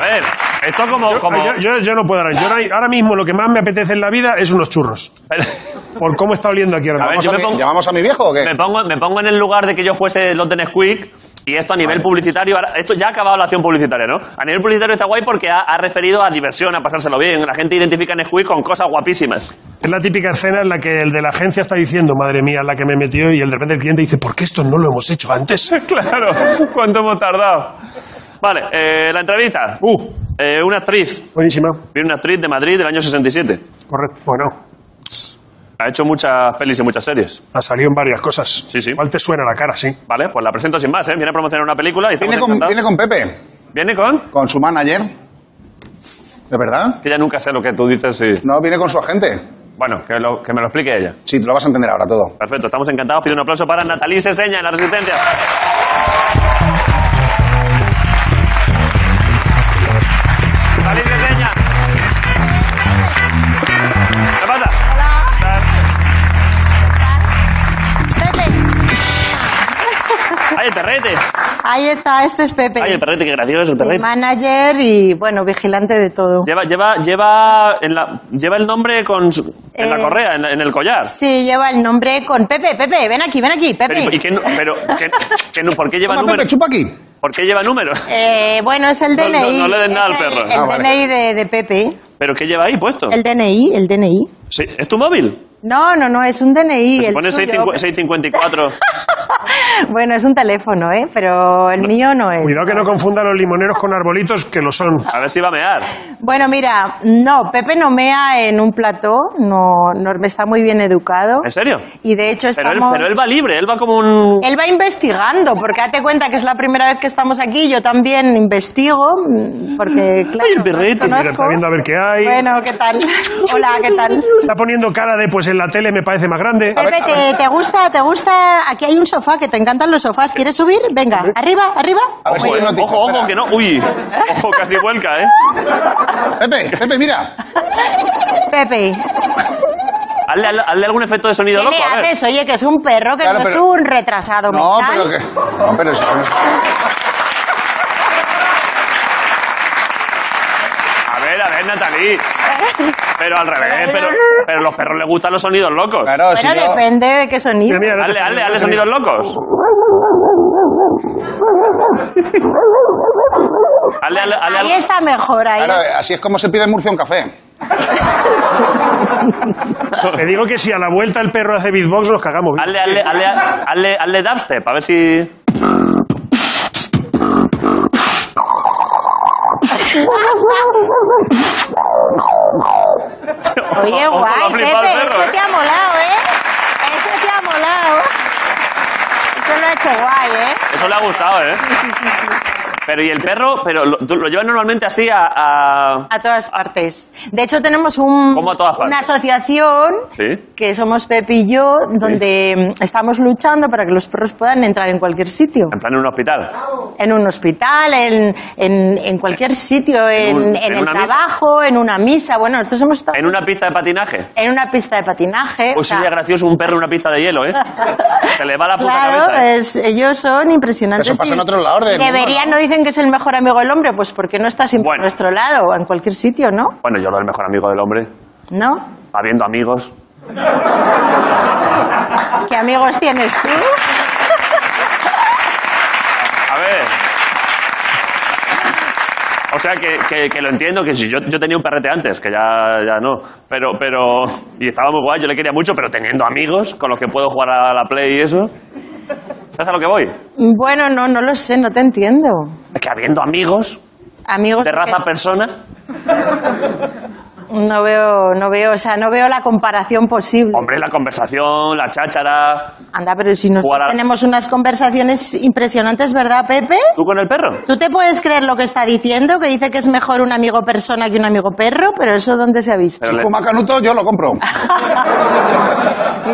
A: A ver, esto como... como...
B: Yo, yo- yo no puedo ahora. Yo ahora- ahora mismo lo que más me apetece en la vida es unos churros. Por cómo está oliendo aquí ahora
A: A ver,
B: mismo.
A: yo
C: ¿Llamamos a
A: me pongo-
C: mi- ¿Llamamos a mi viejo o qué?
A: Me pongo, me pongo en el lugar de que yo fuese los de Nesquik y esto a nivel publicitario, ahora- esto ya ha acabado la acción publicitaria, ¿no? A nivel publicitario está guay porque ha, ha referido a diversión, a pasárselo bien. La gente identifica a Nesquik con cosas guapísimas.
B: Es la típica escena en la que el de la agencia está diciendo, madre mía, la que me metió, y el de repente el cliente dice, ¿por qué esto no lo hemos hecho antes?
A: claro, ¿cuánto hemos tardado? Vale, eh, la entrevista.
B: Uh,
A: Eh, una actriz,
B: buenísima.
A: viene una actriz de Madrid del año 67.
B: Correcto. Bueno,
A: Ha hecho muchas pelis y muchas series.
B: ha salido en varias cosas. Sí,
A: sí.
B: Igual te suena la cara, sí.
A: Vale, pues la presento sin más, ¿eh? Viene a promocionar una película y estamos
C: Viene con,
A: encantados.
C: viene con Pepe,
A: ¿Viene con?
C: con su manager. ¿De verdad?
A: Que ya nunca sé lo que tú dices y...
C: No, viene con su agente.
A: Bueno, que, lo- que me lo explique ella.
C: Sí, tú lo vas a entender ahora todo.
A: Perfecto, estamos encantados. Pido un aplauso para Natalí Seseña en la Resistencia. Natalí Seseña. ¿Qué pasa?
G: Pepe.
A: ¡Ay, el perrete!
G: Ahí está, este es Pepe.
A: ¡Ay, el perrete, qué gracioso el
G: el
A: perrete!
G: manager y, bueno, vigilante de todo.
A: Lleva, lleva, lleva, en la- lleva el nombre con, su- en la
G: Eh,
A: correa, en, la- en el collar.
G: Sí, lleva el nombre con Pepe, Pepe, ven aquí, ven aquí, Pepe.
A: Pero, ¿y qué nu- pero qué- qué nu- ¿por, qué lleva
C: Toma, Pepe,
A: números?
C: chupa aquí.
A: ¿Por qué lleva números?
G: Eh, bueno, es el
A: No, no,
G: DNI.
A: no le den nada
G: Es
A: al perro.
G: El, el
C: Ah, vale.
G: DNI de, de Pepe.
A: ¿Pero qué lleva ahí puesto?
G: El DNI, el DNI.
A: Sí, ¿Es tu móvil?
G: No, no, no, es un DNI.
A: Se
G: el
A: pone
G: suyo.
A: 6.50 654.
G: bueno, es un teléfono, ¿eh? Pero el mío no es.
B: Cuidado que no confunda los limoneros con arbolitos, que lo son.
A: A ver si va a mear.
G: Bueno, mira, no, Pepe no mea en un plató, no, no está muy bien educado.
A: ¿En serio?
G: Y de hecho
A: Pero él,
G: estamos...
A: pero él va libre, él va como un...
G: Él va investigando, porque date cuenta que es la primera vez que estamos aquí, yo también investigo, mm, porque claro,
A: Ay, el berrete.
G: los conozco.
B: Mira, está viendo a ver qué hay.
G: Bueno, ¿qué tal? Hola, ¿qué tal?
B: Está poniendo cara de, pues en la tele me parece más grande.
G: Pepe, ¿te, te gusta? ¿Te gusta? Aquí hay un sofá, que te encantan los sofás. ¿Quieres subir? Venga, arriba, arriba.
C: A ver si
A: Ojo,
C: hay
A: eh.
C: noticia,
A: ojo, ojo,
C: espera.
A: que no. Uy, ojo, casi vuelca, ¿eh?
C: Pepe, Pepe, mira.
G: Pepe,
A: Hazle, al- hazle algún efecto de
G: ¿qué
A: sonido
G: le
A: loco, a ver.
G: haces? Oye, que es un perro, que
C: Claro,
G: no
C: pero-
G: es un retrasado
C: No,
G: mental.
C: pero que. No, pero eso.
A: A ver, a ver, Natalí. Pero al revés, pero, pero a los perros les gustan los sonidos locos.
C: Claro, si
G: Bueno,
C: yo-
G: depende de ¿eh? qué sonido.
B: Mira, mira, no te-
A: Hazle, hazle, hazle sonidos locos. Hazle, hazle, hazle
G: Ahí
A: algo-
G: está mejor, ahí.
C: Claro, así es como se pide en Murcia un café.
B: Te digo que si a la vuelta el perro hace beatbox, nos cagamos.
A: hazle, hazle, hazle, hazle, hazle dubstep, a ver si...
G: Oye,
A: Ojo, lo ha
G: guay,
A: flipado el
G: Pepe,
A: perro,
G: eso
A: ¿eh?
G: te ha molado, ¿eh? Eso te ha molado. Eso lo ha hecho guay, ¿eh?
A: Eso le ha gustado, ¿eh? Pero y el perro, pero lo, tú lo llevas normalmente así a, a-
G: A todas partes. De hecho, tenemos un,
A: ¿Cómo a todas partes?
G: una asociación
A: Sí.
G: que somos Pepe y yo, donde mm, estamos luchando para que los perros puedan entrar en cualquier sitio.
A: en plan en un hospital.
G: En un hospital, en, en, en cualquier sitio, en,
A: un-
G: en
A: en
G: el
A: una misa.
G: trabajo, en una misa. Bueno, nosotros hemos estado
A: En Pues una pista de patinaje.
G: en una pista de patinaje. o
A: Hoy
G: sea,
A: sería gracioso un perro en una pista de hielo, ¿eh? Se le va la puta
G: Claro,
A: cabeza. ¿eh?
G: es- ellos son impresionantes.
C: Eso pasa
G: y
C: en otros lados del mundo,
G: Deberían, no dicen que es el mejor amigo del hombre, pues porque no está siempre
A: Bueno.
G: a nuestro lado, o en cualquier sitio, ¿no?
A: Bueno, yo lo del mejor amigo del hombre.
G: ¿No?
A: Habiendo amigos.
G: ¿Qué amigos tienes tú?
A: A ver. O sea, que, que- que lo entiendo, que si yo, yo tenía un perrete antes, que ya, ya no. Pero, pero. Y estaba muy guay, yo le quería mucho, pero teniendo amigos con los que puedo jugar a la Play y eso. ¿Sabes a lo que voy?
G: Bueno, no, no lo sé, no te entiendo.
A: Es que habiendo amigos
G: Amigos
A: de raza
G: que-
A: persona.
G: No veo, no veo, o sea, no veo la comparación posible.
A: Hombre, la conversación, la cháchara.
G: Anda, pero si nosotros
A: Jugar a-
G: tenemos unas conversaciones impresionantes, ¿verdad, Pepe?
A: ¿Tú con el perro?
G: ¿Tú te puedes creer lo que está diciendo? Que dice que es mejor un amigo persona que un amigo perro, pero eso ¿dónde se ha visto?
A: Pero le-
C: Fuma canuto, yo lo compro.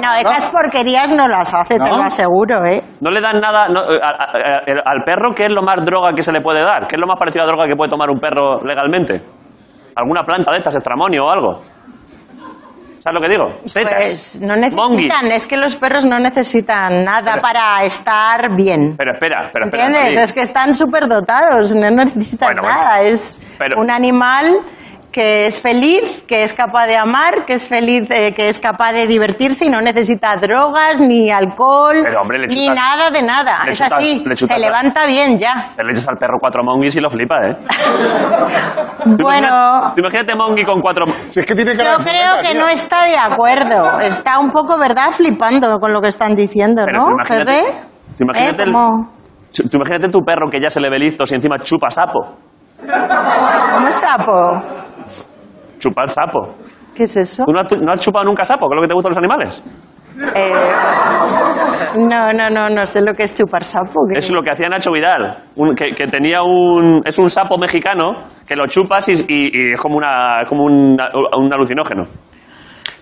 G: No, esas porquerías no las hace, te
C: ¿No?
G: lo aseguro, ¿eh?
A: no le dan nada no, eh, a- a- a- el- al perro, que es lo más droga que se le puede dar? ¿Qué es lo más parecido a droga que puede tomar un perro legalmente? ¿Alguna planta de estas, estramonio o algo? ¿Sabes lo que digo? Setas.
G: Pues no necesitan,
A: Monguis.
G: es que los perros no necesitan nada
A: Pero-
G: para estar bien.
A: Pero espera, pero espera.
G: ¿Entiendes?
A: Dalí.
G: Es que están súper dotados, no necesitan
A: Bueno, bueno.
G: nada. Es
A: Pero-
G: un animal que es feliz, que es capaz de amar, que es feliz, eh, que es capaz de divertirse y no necesita drogas, ni alcohol,
A: Pero, hombre, le
G: ni
A: chutas-
G: nada de nada.
A: le
G: es
A: chutas-
G: así,
A: le chutas
G: se
A: la-
G: levanta bien ya.
A: Pero le echas al perro cuatro monguis y lo flipa, ¿eh? Tú
G: Bueno,
A: imagínate- tú imagínate mongui con cuatro...
C: Si es que tiene que
G: yo creo que no está de acuerdo. Está un poco, ¿verdad?, flipando con lo que están diciendo,
A: Pero
G: ¿no,
A: tú imagínate...
G: Pepe?
A: tú imagínate
G: ¿Eh?
A: el-
G: ¿Cómo,
A: tú imagínate tu perro que ya se le ve listo y encima chupa sapo.
G: cómo sapo?
A: Chupar sapo.
G: ¿Qué es eso?
A: ¿Tú no has, no has chupado nunca sapo, que es lo que te gustan los animales?
G: Eh, no, no, no, no sé lo que es chupar sapo. que-
A: Es lo que hacía Nacho Vidal, un- que, que tenía un... Es un sapo mexicano que lo chupas y, y- y es como, una, como un, un alucinógeno.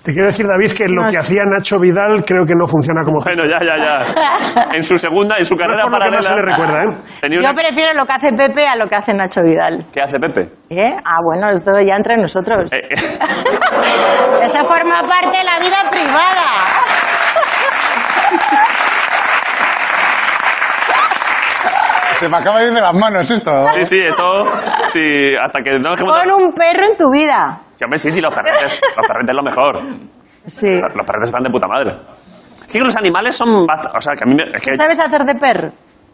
B: Te quiero decir, David, que lo
G: No
B: que
G: sé.
B: hacía Nacho Vidal creo que no funciona como...
A: Bueno, ya, ya, ya. En su segunda, en su carrera
B: por lo que
A: paralela...
B: más se le recuerda, ¿eh?
A: Tenía una-
G: Yo prefiero lo que hace Pepe a lo que hace Nacho Vidal.
A: ¿Qué hace Pepe?
G: ¿Eh? Ah, bueno, esto ya entre nosotros.
A: Eh, eh.
G: Eso forma parte de la vida privada.
C: Se me acaba de ir de las manos esto.
A: Sí, sí, esto. Sí, hasta que no dejemos.
G: Pon un perro en tu vida.
A: Sí, hombre, sí, sí, los perretes. Los perretes es lo mejor.
G: Sí.
A: Los perretes están de puta madre. Es que los animales son. bast- O sea, que a mí me. Es que,
G: ¿Sabes hacer de perro?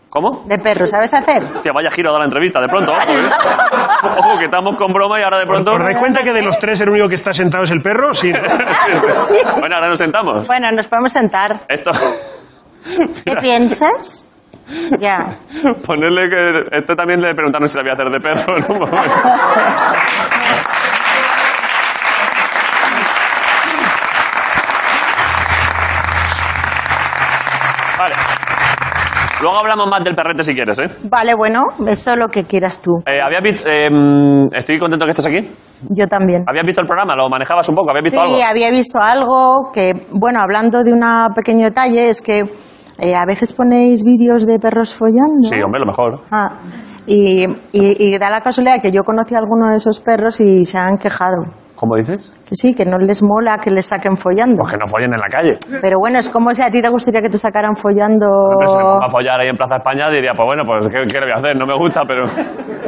A: ¿Cómo?
G: De perro, ¿sabes hacer?
A: Hostia, vaya giro de la entrevista, de pronto. Ojo, ¿eh? Ojo, que estamos con broma y ahora de pronto.
B: ¿Os dais cuenta que de los tres el único que está sentado es el perro? Sí. ¿no?
A: Bueno, ahora nos sentamos.
G: Bueno, nos podemos sentar.
A: Esto.
G: ¿Qué piensas? Ya.
A: Ponerle que. Este también le preguntaron si sabía hacer de perro en un momento. Vale. Luego hablamos más del perrete si quieres, ¿eh?
G: Vale, bueno, eso lo que quieras tú.
A: Eh, ¿habías visto, eh, mm, estoy contento que estés aquí.
G: Yo también.
A: ¿Habías visto el programa? ¿Lo manejabas un poco? ¿Habías visto
G: sí,
A: algo?
G: había visto algo que, bueno, hablando de un pequeño detalle, es que eh, a veces ponéis vídeos de perros follando.
A: Sí, hombre, lo mejor.
G: Ah, y, y- y da la casualidad que yo conocí a alguno de esos perros y se han quejado.
A: ¿Cómo dices?
G: Que sí, que no les mola que les saquen follando.
A: Pues que no follen en la calle.
G: Pero bueno, es como si a ti te gustaría que te sacaran follando.
A: Hombre, si me pongo a follar ahí en Plaza España, diría, pues bueno, pues ¿qué, qué le voy a hacer? No me gusta, pero...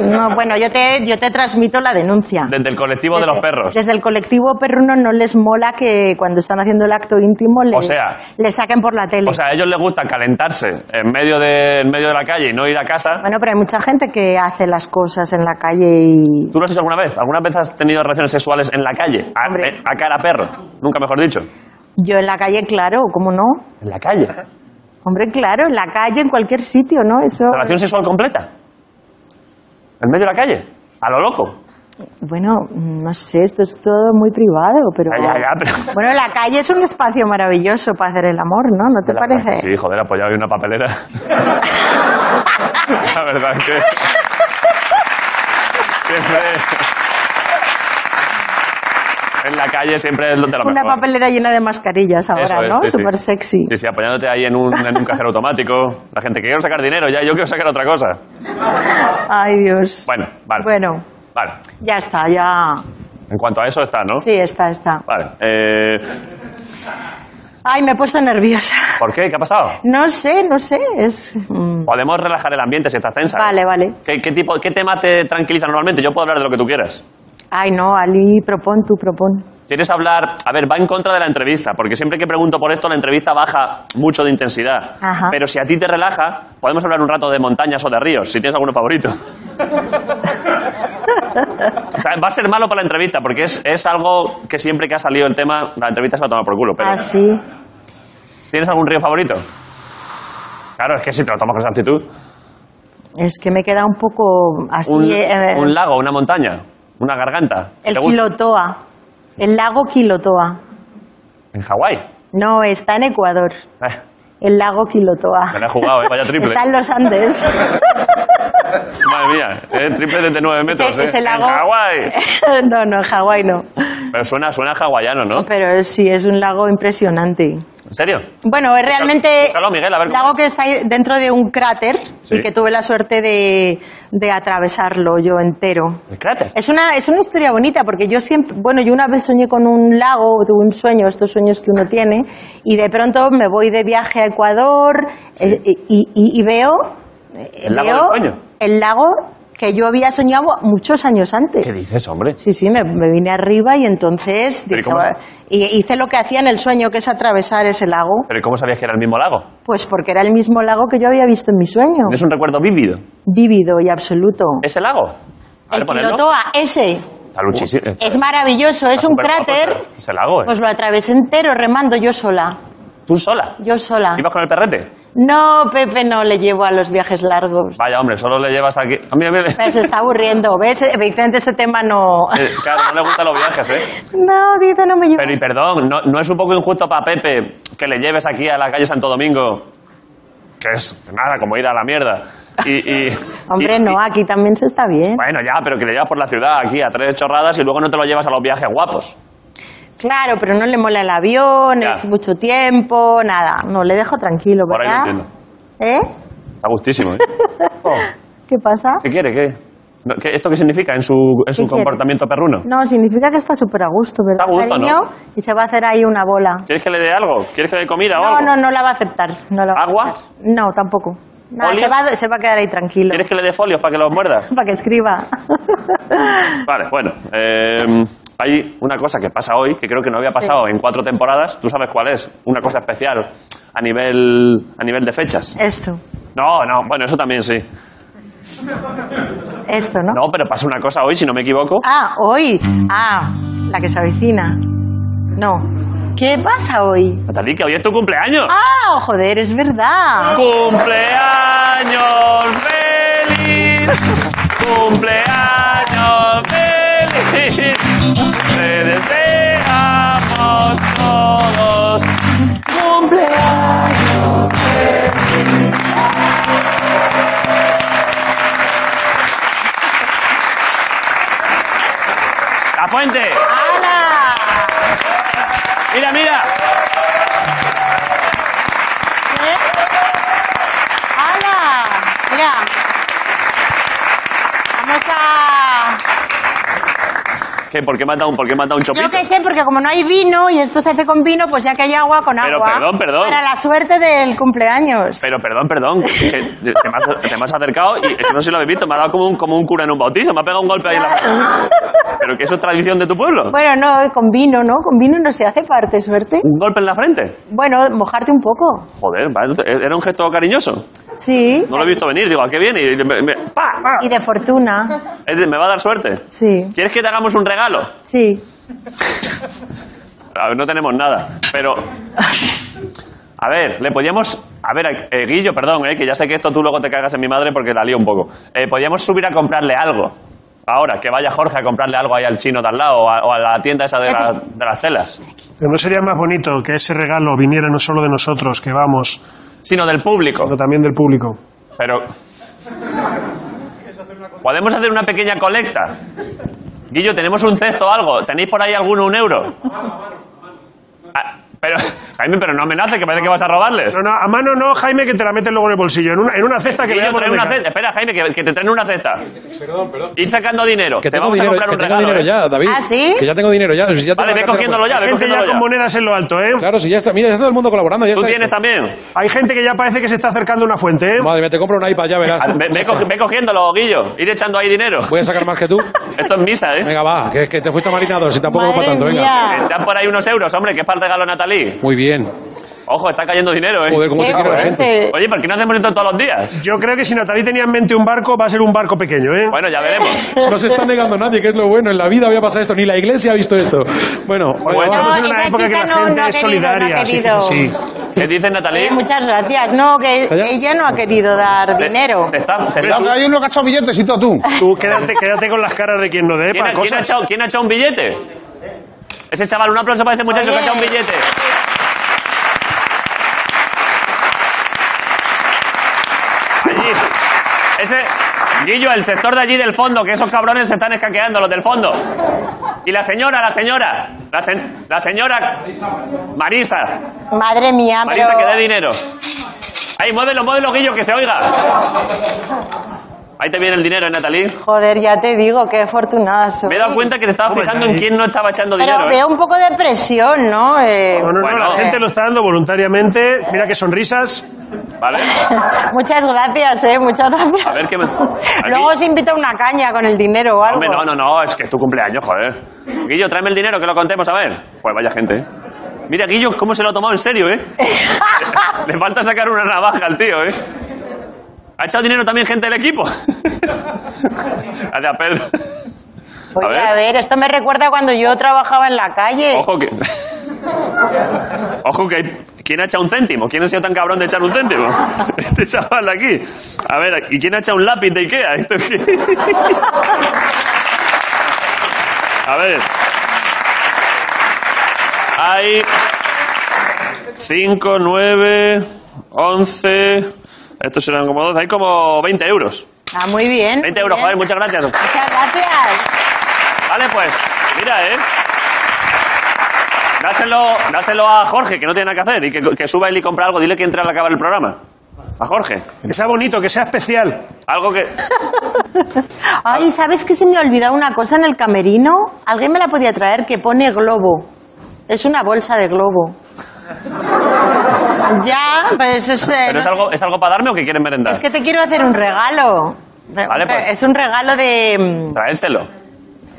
G: No, bueno, yo te, yo te transmito la denuncia.
A: Desde el colectivo de
G: Desde-
A: los perros.
G: Desde el colectivo perruno no les mola que cuando están haciendo el acto íntimo les,
A: sea-
G: les saquen por la tele.
A: O sea, a ellos les gusta calentarse en medio de, en medio de la calle y no ir a casa.
G: Bueno, pero hay mucha gente que hace las cosas en la calle y...
A: ¿Tú lo has hecho alguna vez? ¿Alguna vez has tenido relaciones sexuales en la calle? A,
G: Hombre.
A: eh, a cara a perro. Nunca mejor dicho.
G: Yo en la calle, claro, ¿cómo no?
A: En la calle.
G: Hombre, claro, en la calle, en cualquier sitio, ¿no? Eso...
A: ¿Relación sexual completa? ¿En medio de la calle? A lo loco.
G: Bueno, no sé, esto es todo muy privado, pero...
A: Ya, ya, ya, pero-
G: Bueno, la calle es un espacio maravilloso para hacer el amor, ¿no? ¿No te
A: La verdad
G: parece?
A: que Sí, joder, apoyado en una papelera. la verdad es que. Siempre. En la calle siempre es donde lo
G: Una
A: mejor.
G: papelera llena de mascarillas ahora,
A: Eso es,
G: ¿no?
A: sí, sí.
G: Súper sexy.
A: Sí, sí, apoyándote ahí en un, en un cajero automático. La gente que quiero sacar dinero ya, yo quiero sacar otra cosa.
G: Ay, Dios.
A: Bueno, vale.
G: Bueno,
A: Vale.
G: ya está, ya...
A: En cuanto a eso está, ¿no?
G: Sí, está, está.
A: Vale. Eh,
G: Ay, me he puesto nerviosa.
A: ¿Por qué? ¿Qué ha pasado?
G: No sé, no sé, es... mm,
A: Podemos relajar el ambiente si estás tensa. ¿eh?
G: Vale, vale.
A: ¿Qué, qué tipo, ¿Qué tema te tranquiliza normalmente? Yo puedo hablar de lo que tú quieras.
G: Ay, no, Ali, propón, tú propón.
A: ¿Quieres hablar? A ver, va en contra de la entrevista, porque siempre que pregunto por esto, la entrevista baja mucho de intensidad.
G: Ajá.
A: Pero si a ti te relaja, podemos hablar un rato de montañas o de ríos, si tienes alguno favorito. o sea, va a ser malo para la entrevista, porque es, es algo que siempre que ha salido el tema, la entrevista se va a tomar por culo. Pero
G: Ah, sí.
A: ¿tienes algún río favorito? Claro, es que si te lo tomas con esa actitud.
G: Es que me queda un poco así...
A: Un,
G: eh,
A: un lago, una montaña, una garganta.
G: el
A: ¿Te gusta?
G: Quilotoa. El lago Quilotoa.
A: En Hawái.
G: No, está en Ecuador.
A: Ah,
G: El lago Quilotoa.
A: Me la he jugado, ¿eh? Vaya triple.
G: Está en los Andes.
A: Madre mía, eh, triple de 9 metros.
G: Ese-
A: eh.
G: ese
A: En
G: lago-
A: Hawái.
G: no, no, en Hawái no.
A: Pero suena, suena hawaiano, ¿no?
G: Pero sí, es un lago impresionante.
A: ¿En serio?
G: Bueno, es realmente
A: búscalo, Miguel, a ver cómo
G: lago
A: es.
G: que está ahí dentro de un cráter
A: Sí.
G: y que tuve la suerte de, de atravesarlo yo entero.
A: ¿El cráter?
G: Es una, es una historia bonita porque yo siempre, bueno, yo una vez soñé con un lago, tuve un sueño, estos sueños que uno tiene, y de pronto me voy de viaje a Ecuador eh, y, y- y veo... eh,
A: ¿El lago
G: veo
A: del sueño?
G: El lago que yo había soñado muchos años antes.
A: ¿Qué dices, hombre?
G: Sí, sí, me, me vine arriba y entonces
A: Pero ¿y
G: dije,
A: cómo se-
G: "Va", y hice lo que hacía en el sueño, que es atravesar ese lago,
A: ¿Pero cómo sabías que era el mismo lago?
G: pues porque era el mismo lago que yo había visto en mi sueño,
A: Es un recuerdo vívido.
G: vívido y absoluto.
A: ¿Ese lago? A
G: El
A: ver, ponedlo.
G: Quilotoa, ese,
A: Está luchísimo. Está-
G: es maravilloso, es
A: está
G: un
A: superguapo
G: cráter.
A: Ese, ese lago, ¿eh?
G: Pues lo atravesé entero remando yo sola,
A: ¿Tú sola?
G: yo sola.
A: ¿Ibas con el perrete?
G: No, Pepe no le llevo a los viajes largos.
A: Vaya, hombre, solo le llevas aquí. A mí, a mí-
G: Pero Se está aburriendo, ¿ves? Evidentemente este tema no...
A: Eh, Claro, no le gustan los viajes, ¿eh?
G: No, dice, no me llevo.
A: Pero, y perdón, ¿no, no es un poco injusto para Pepe que le lleves aquí a la calle Santo Domingo? Que es, nada, como ir a la mierda. Y, y-
G: Hombre,
A: y-
G: no,
A: y-
G: aquí también se está bien.
A: bueno, ya, pero que le llevas por la ciudad aquí a tres chorradas y luego no te lo llevas a los viajes guapos.
G: Claro, pero no le mola el avión,
A: Ya.
G: es mucho tiempo, nada. No, le dejo tranquilo,
A: Por ahí lo
G: ¿verdad?
A: entiendo.
G: ¿Eh?
A: Está gustísimo, ¿eh?
G: ¿Qué pasa?
A: ¿Qué quiere? ¿Qué? No, ¿qué- ¿Esto qué significa en su, en su
G: quieres?
A: comportamiento perruno?
G: No, significa que está súper a gusto, ¿verdad,
A: Está a gusto,
G: cariño?
A: ¿no?
G: Y se va a hacer ahí una bola.
A: ¿Quieres que le dé algo? ¿Quieres que le dé comida o
G: No,
A: algo?
G: no, no la va a aceptar. No la va a
A: ¿Agua?
G: aceptar. No, tampoco. Nada,
A: ¿Olio?
G: se, va, se va a quedar ahí tranquilo.
A: ¿Quieres que le dé folios para que los muerda?
G: Para que escriba.
A: Vale, bueno. eh, hay una cosa que pasa hoy que creo que no había pasado en cuatro temporadas. ¿Tú sabes cuál es? Una cosa especial a nivel, a nivel de fechas.
G: Esto,
A: No, no, bueno, eso también sí.
G: esto, ¿no?
A: No, pero pasa una cosa hoy, si no me equivoco.
G: Ah, hoy. Ah, la que se avecina. No. ¿Qué pasa hoy?
A: Natalí, que hoy es tu cumpleaños.
G: Ah, joder, es verdad.
A: ¡Cumpleaños feliz! ¡Cumpleaños feliz! Te deseamos todos cumpleaños feliz. La fuente.
G: ¡Hala!
A: Mira, mira.
G: ¿Eh? ¡Hala! Mira. Vamos a.
A: ¿Qué? ¿Por qué mata un, por qué mata un chopito?
G: Yo qué sé, porque como no hay vino y esto se hace con vino, pues ya que hay agua, con
A: Pero,
G: agua.
A: perdón, perdón.
G: Para la suerte del cumpleaños.
A: Pero perdón, perdón, que te, te me has, te me has acercado y es que no sé si lo habéis visto, me ha dado como un, como un cura en un bautizo, me ha pegado un golpe ahí en la Pero que eso es tradición de tu pueblo.
G: Bueno, no, con vino, ¿no? Con vino no se hace parte, suerte.
A: Un golpe en la frente.
G: Bueno, mojarte un poco.
A: Joder, va, era un gesto cariñoso.
G: Sí.
A: No lo he visto venir, digo, ¿a qué viene? Y me, me- pa, pa.
G: Y de fortuna.
A: Es decir, me va a dar suerte.
G: Sí,
A: ¿Quieres que te hagamos un regalo?
G: sí.
A: A ver, no tenemos nada, pero... A ver, le podíamos... A ver, eh, Guillo, perdón, eh, que ya sé que esto tú luego te cagas en mi madre porque la lío un poco. Eh, podíamos subir a comprarle algo. Ahora, que vaya Jorge a comprarle algo ahí al chino de al lado o a, o a la tienda esa de, la- de las celas.
B: Pero no sería más bonito que ese regalo viniera no solo de nosotros, que vamos,
A: Sino del público.
B: sino también del público.
A: Pero... Podemos hacer una pequeña colecta. Guillo, tenemos un cesto o algo. ¿Tenéis por ahí alguno un euro? Ah, pero, Jaime, pero no amenaces, que parece que vas a robarles.
B: No, no, a mano no, Jaime, que te la metes luego en el bolsillo, en una, en una cesta que
A: Guillo,
B: vaya por
A: trae
B: donde
A: una
B: ca-
A: cesta. Espera, Jaime, que, que te traen una cesta. Ir sacando dinero.
H: Que
A: te
H: tengo
A: vamos
H: dinero,
A: a comprar
H: que
A: un
H: tengo
A: regalo.
H: dinero
A: ¿eh?
H: ya, David.
G: ¿Ah, sí?
H: Que ya tengo dinero ya. Si ya tengo
A: Vale,
H: la
A: ve
H: cartera
A: cogiéndolo ya,
H: puesta.
A: ve
B: Gente
A: cogiéndolo
B: ya
A: ya.
B: con monedas en lo alto, ¿eh?
H: Claro, si ya está. Mira, ya está todo el mundo colaborando. Ya
A: Tú
H: está
A: tienes
H: hecho.
A: también.
B: Hay gente que ya parece que se está acercando a una fuente, ¿eh?
H: Madre mía, te compro una IPA, ya verás.
A: Ah, Ve, ve cogi- ve cogiéndolo, Guillo. Ir echando ahí dinero.
H: Voy a sacar más que tú.
A: Esto es misa, ¿eh?
H: Venga, va, que, que te fuiste marinado, si tampoco
G: Madre
H: para tanto, venga.
G: mía.
A: Echad por ahí unos euros, hombre, que es para el regalo a Natalí.
H: Muy bien.
A: Ojo, está cayendo dinero, ¿eh?
H: Joder, cómo
G: Qué
H: te quiero la gente.
G: fuerte.
A: Oye, ¿por qué no hacemos esto todos los días?
B: Yo creo que si Natalie tenía en mente un barco, va a ser un barco pequeño, ¿eh?
A: Bueno, ya veremos.
H: No se está negando nadie, que es lo bueno. En la vida había pasado esto, ni la iglesia ha visto esto. Bueno,
B: Bueno,
H: va.
B: estamos en
G: No,
B: una
G: esa
B: época que
G: chica
B: la
G: no-
B: gente
G: no ha
B: es
G: querido,
B: solidaria,
G: no ha
B: sí,
G: querido.
B: sí, sí.
A: ¿Qué dices, Natalí?
G: Oye, muchas gracias. No, que
H: ¿Calla?
G: ella no ha querido dar dinero.
A: Te está- te está-
C: Cuidado que hay uno que ha echado billetes y todo tú.
B: Tú quédate, quédate con las caras de quien no dé
A: ¿Quién,
B: para
A: ha, quién ha
B: cosas.
A: echado, quién ha echado un billete? Ese chaval, un aplauso para ese muchacho que
G: Oye.
A: ha echado un billete. Allí. Ese. Guillo, el sector de allí del fondo, que esos cabrones se están escaqueando, los del fondo. Y la señora, la señora. La, se- la señora. Marisa.
G: Madre mía,
A: Marisa,
G: pero-
A: que dé dinero. Ahí, muévelo, muévelo, Guillo, que se oiga. Ahí te viene el dinero, ¿eh, Natalie.
G: Joder, ya te digo, qué afortunada soy.
A: Me he dado cuenta que te estabas
B: Hombre,
A: fijando en
B: ahí.
A: quién no estaba echando
G: Pero
A: dinero. ¿eh?
G: veo un poco de presión, ¿no? Eh,
B: No, no, no,
A: Bueno.
B: la gente lo está dando voluntariamente. Mira qué sonrisas.
A: Vale.
G: Muchas gracias, ¿eh? Muchas gracias.
A: A ver qué me- aquí.
G: Luego os invito a una caña con el dinero o algo.
A: Hombre, no, no, no, es que es tu cumpleaños, joder. Guillo, tráeme el dinero, que lo contemos, a ver. Joder, vaya gente, ¿eh? Mira, Guillo, cómo se lo ha tomado en serio, ¿eh? Le falta sacar una navaja al tío, ¿eh? Ha echado dinero también gente del equipo. Gracias, Pedro.
G: Oye,
A: A ver.
G: a ver, esto me recuerda cuando yo trabajaba en la calle.
A: Ojo que... Ojo que... hay- ¿Quién ha echado un céntimo? ¿Quién ha sido tan cabrón de echar un céntimo? Este chaval de aquí. A ver, ¿y quién ha echado un lápiz de Ikea? ¿Esto qué? A ver. Hay... 5, 9, 11... Estos serán como 12. Hay como 20 euros.
G: Ah, muy bien.
A: 20
G: muy
A: euros,
G: bien.
A: joder, muchas gracias.
G: Muchas gracias.
A: Vale, pues, mira, ¿eh? Dáselo, dáselo a Jorge, que no tiene nada que hacer, y que, que suba él y compra algo. Dile que entra al acabar el programa. A Jorge.
B: Que sea bonito, que sea especial.
A: Algo que...
G: Ay, ¿sabes que se me ha olvidado una cosa en el camerino? Alguien me la podía traer que pone globo. Es una bolsa de globo. ya, pues es... eh,
A: ¿Pero es
G: no-
A: algo, es algo para darme o que quieren merendar?
G: es que te quiero hacer un regalo.
A: Vale, pues.
G: Es un regalo de... mm,
A: Traérselo.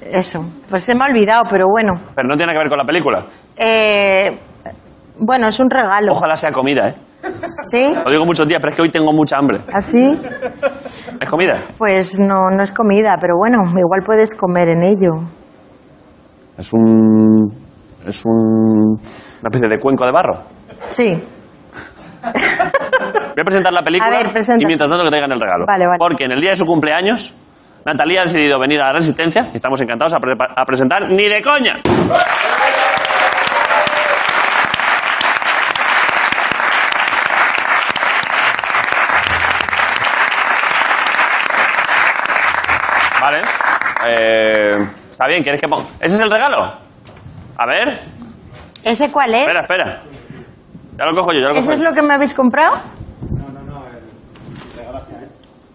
G: Eso, pues se me ha olvidado, pero bueno.
A: Pero no tiene que ver con la película.
G: Eh, bueno, es un regalo.
A: Ojalá sea comida, ¿eh?
G: ¿Sí?
A: Lo digo muchos días, pero es que hoy tengo mucha hambre.
G: ¿Así?
A: ¿Es comida?
G: Pues no, no es comida, pero bueno, igual puedes comer en ello.
A: Es un... Es un... Una especie de cuenco de barro.
G: Sí.
A: Voy a presentar la película
G: A ver, presenta.
A: y mientras tanto que traigan el regalo.
G: Vale, vale.
A: Porque en el día de su cumpleaños, Natalia ha decidido venir a la Resistencia y estamos encantados a, pre- a presentar Ni de Coña. Vale. Eh, está bien, ¿quieres que ponga...? ¿Ese es el regalo? A ver.
G: ¿Ese cuál es?
A: Espera, espera. Ya lo cojo yo, ya lo cojo
G: ¿Eso es
A: yo.
G: lo que me habéis comprado?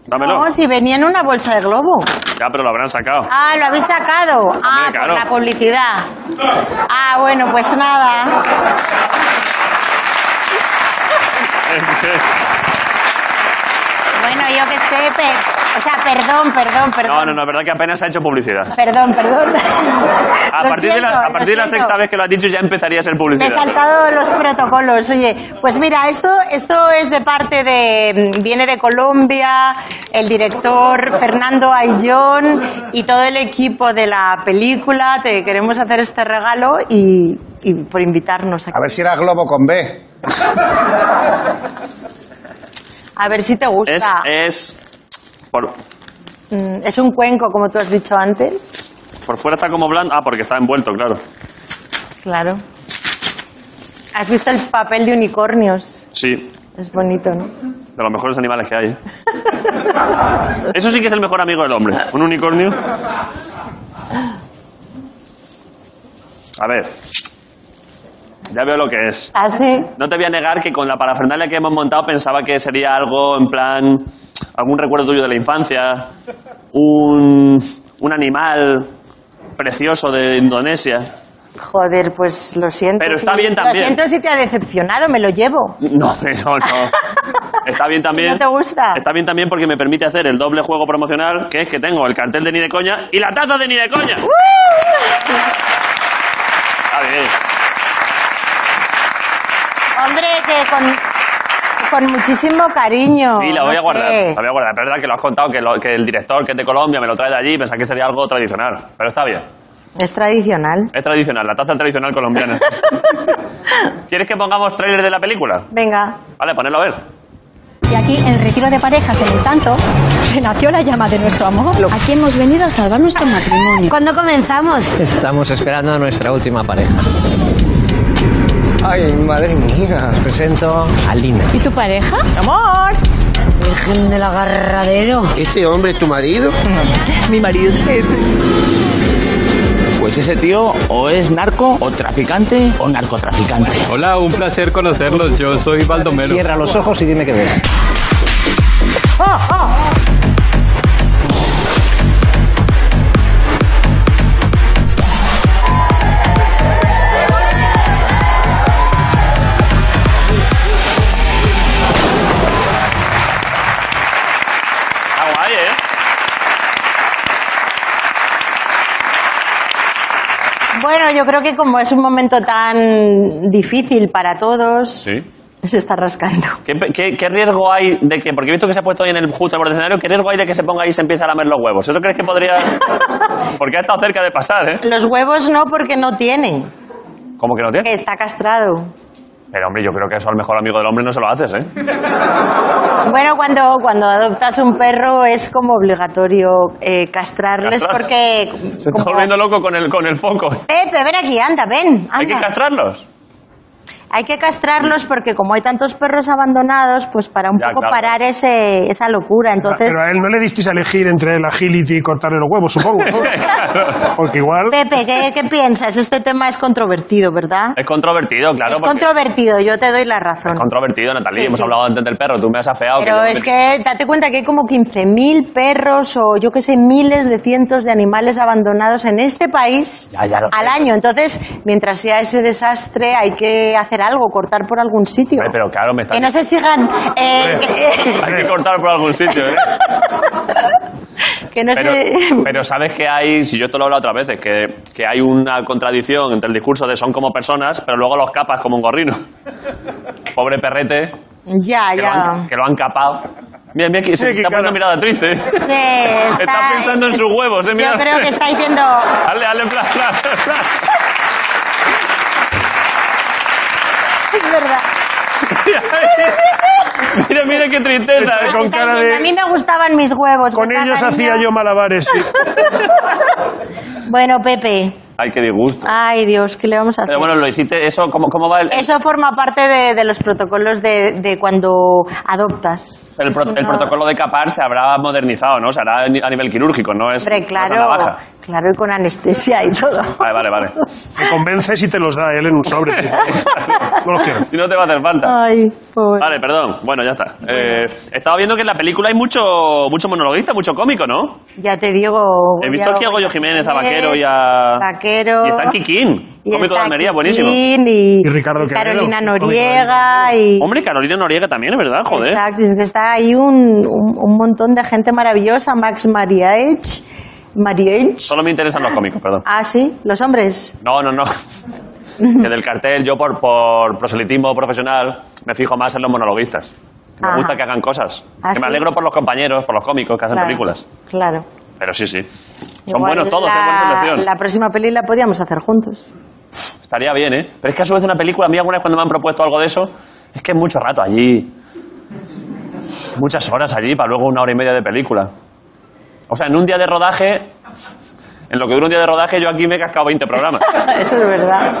A: Dámelo.
G: No, Oh, si venía en una bolsa de globo.
A: Ya, pero lo habrán sacado.
G: Ah, lo habéis sacado. Ah, por
A: claro.
G: la publicidad. Ah, bueno, pues nada. Bueno, yo qué sé, per- o sea, perdón, perdón, perdón.
A: No, no, no, es verdad que apenas ha hecho publicidad.
G: Perdón, perdón.
A: A
G: Lo
A: partir, de, la,
G: siento,
A: a
G: lo
A: partir de la
G: siento.
A: sexta vez que lo has dicho ya empezaría a ser
G: Me he
A: publicidad.
G: saltado los protocolos. Oye, pues mira, esto, esto es de parte de. Viene de Colombia, el director Fernando Ayllón y todo el equipo de la película. Te queremos hacer este regalo y, y por invitarnos aquí.
C: A ver si era globo con B.
G: A ver si te gusta.
A: Es, eh, es por,
G: Mm, es un cuenco, como tú has dicho antes.
A: por fuera está como blando. Ah, porque está envuelto, claro.
G: Claro. ¿Has visto el papel de unicornios?
A: Sí,
G: Es bonito, ¿no?
A: de los mejores animales que hay. ¿eh? Eso sí que es el mejor amigo del hombre. Un unicornio. A ver. Ya veo lo que es.
G: Así.
A: No te voy a negar que con la parafernalia que hemos montado pensaba que sería algo en plan. algún recuerdo tuyo de la infancia, un, un animal precioso de Indonesia.
G: Joder, pues lo siento.
A: Pero
G: si-
A: está bien también.
G: Lo siento si te ha decepcionado, me lo llevo.
A: No, no, no. Está bien también.
G: ¿No te gusta?
A: Está bien también porque me permite hacer el doble juego promocional, que es que tengo el cartel de Ni de Coña y la taza de Ni de Coña. Está bien.
G: Hombre, que con, con muchísimo cariño.
A: Sí, la voy
G: no
A: a guardar.
G: sé.
A: La voy a guardar. Es verdad que lo has contado, que, lo- que el director, que es de Colombia, me lo trae de allí. Pensaba que sería algo tradicional. Pero está bien.
G: Es tradicional.
A: Es tradicional, la taza tradicional colombiana. ¿Quieres que pongamos tráiler de la película?
G: Venga.
A: Vale, ponedlo a ver.
G: Sí.
I: Y aquí, en el retiro de parejas del encanto, renació la llama de nuestro amor. Aquí hemos venido a salvar nuestro matrimonio.
G: ¿Cuándo comenzamos?
J: Estamos esperando a nuestra última pareja. Ay, madre mía. Os presento a Lina.
I: ¿Y tu pareja? ¡Amor!
G: Virgen del agarradero.
J: ¿Ese hombre es tu marido?
I: Mi marido es
K: Pues ese tío o es narco, o traficante, o narcotraficante.
H: Hola, un placer conocerlos. Yo soy Baldomero.
J: Cierra los ojos y dime qué ves.
A: Está guay, ¿eh?
G: Bueno, yo creo que como es un momento tan difícil para todos, se está rascando.
A: ¿Qué, qué, qué riesgo hay de que.? Porque he visto que se ha puesto ahí en el justo al borde del escenario. ¿Qué riesgo hay de que se ponga ahí y se empiece a lamer los huevos? ¿Eso crees que podría.? Porque ha estado cerca de pasar, ¿eh?
G: Los huevos no, porque no tiene.
A: ¿Cómo que no
G: que
A: tiene?
G: Está castrado.
A: Pero, hombre, yo creo que eso al mejor amigo del hombre no se lo haces, ¿eh?
G: Bueno, cuando, cuando adoptas un perro es como obligatorio eh, castrarles
A: Castrar.
G: porque...
A: Se está
G: como-
A: volviendo loco con el, con el foco.
G: Pepe, ven aquí, anda, ven.
A: ¿Hay que
G: anda.
A: castrarlos?
G: Hay que castrarlos porque como hay tantos perros abandonados, pues para un
A: Ya,
G: poco
A: claro.
G: parar ese, esa locura. Entonces,
B: Pero a él no le disteis a elegir entre el agility y cortarle los huevos, supongo. ¿no? Porque igual.
G: Pepe, ¿qué, qué piensas? Este tema es controvertido, ¿verdad?
A: Es controvertido, claro.
G: es
A: porque-
G: controvertido, yo te doy la razón.
A: es controvertido, Natalia.
G: Sí,
A: Hemos
G: sí.
A: hablado antes del perro. Tú me has afeado.
G: Pero
A: yo-
G: es que date cuenta que hay como 15.000 perros o yo que sé, miles de cientos de animales abandonados en este país
A: Ya, ya lo sé.
G: al año. Entonces, mientras sea ese desastre, hay que hacer algo, cortar por algún sitio.
A: Hombre, pero claro, me está-
G: Que no se sigan. eh, que,
A: Hay que cortar por algún sitio, ¿eh?
G: que no
A: Pero,
G: se.
A: pero sabes que hay, si yo te lo he hablado otras veces, que, que hay una contradicción entre el discurso de son como personas, pero luego los capas como un gorrino. Pobre perrete,
G: Ya,
A: que, Lo, han,
G: ya.
A: que lo han capado. Mira, mira, que se
B: Mira qué
A: está poniendo mirada
B: cara.
A: triste. ¿eh?
G: Sí, está,
A: Está pensando en sus huevos, ¿eh? Mira.
G: Yo creo que está diciendo.
A: Dale, dale, en plan, en plan, en plan.
G: Es verdad.
A: Mira, mira qué tristeza. ¿eh?
B: Con
G: Está
B: cara de-
G: diciendo, A mí me gustaban mis huevos.
B: Con
G: ¿verdad,
B: ellos
G: cariño?".
B: hacía yo malabares. sí.
G: Bueno, Pepe.
A: Ay, qué disgusto.
G: Ay, Dios, ¿qué le vamos a hacer?
A: Pero bueno, lo hiciste, eso, ¿cómo, cómo va el,
G: Eso forma parte de, de los protocolos de, de cuando adoptas.
A: el,
G: Es
A: pro- el
G: una-
A: protocolo de capar? Se habrá modernizado, ¿no? Se hará a ni- a nivel quirúrgico, no es,
G: Hombre,
A: no es a
G: claro,
A: navaja.
G: claro, y con anestesia y todo.
A: Vale, vale, vale.
B: Te convences y te los da él en un sobre. tío. No los quiero.
A: Si no te va a hacer falta.
G: Ay, pobre.
A: Vale, perdón. Bueno, ya está. Eh, estaba viendo que en la película hay mucho, mucho monologuista, mucho cómico, ¿no?
G: Ya te digo.
A: He visto
G: ya-
A: aquí a Goyo Jiménez, a Vaquero y a...
G: Vaquero.
A: Y está Kikín,
G: y
A: cómico de
G: está
A: Almería,
G: Kikín,
A: buenísimo.
G: Y,
B: Y Ricardo Quevedo,
G: Carolina
B: cómico de
G: Noriega. Y,
A: Hombre, Carolina Noriega también, ¿verdad? Joder.
G: Exacto, es que está ahí un, un- un montón de gente maravillosa. Max Mariach. Mariach.
A: Solo me interesan los cómicos, perdón.
G: Ah, sí, los hombres.
A: No, no, no. Que del cartel, yo por, por proselitismo profesional me fijo más en los monologuistas. Que me
G: Ajá.
A: gusta que hagan cosas.
G: ¿Ah,
A: que
G: sí?
A: me alegro por los compañeros, por los cómicos que hacen
G: Claro,
A: películas.
G: Claro.
A: Pero sí, sí. Son
G: Igual
A: buenos todos,
G: la,
A: es buena selección.
G: La próxima peli la podíamos hacer juntos.
A: Estaría bien, ¿eh? Pero es que a su vez una película, a mí alguna vez cuando me han propuesto algo de eso, es que es mucho rato allí. Muchas horas allí para luego una hora y media de película. O sea, en un día de rodaje, en lo que dura un día de rodaje, yo aquí me he cascado 20 programas.
G: Eso es verdad.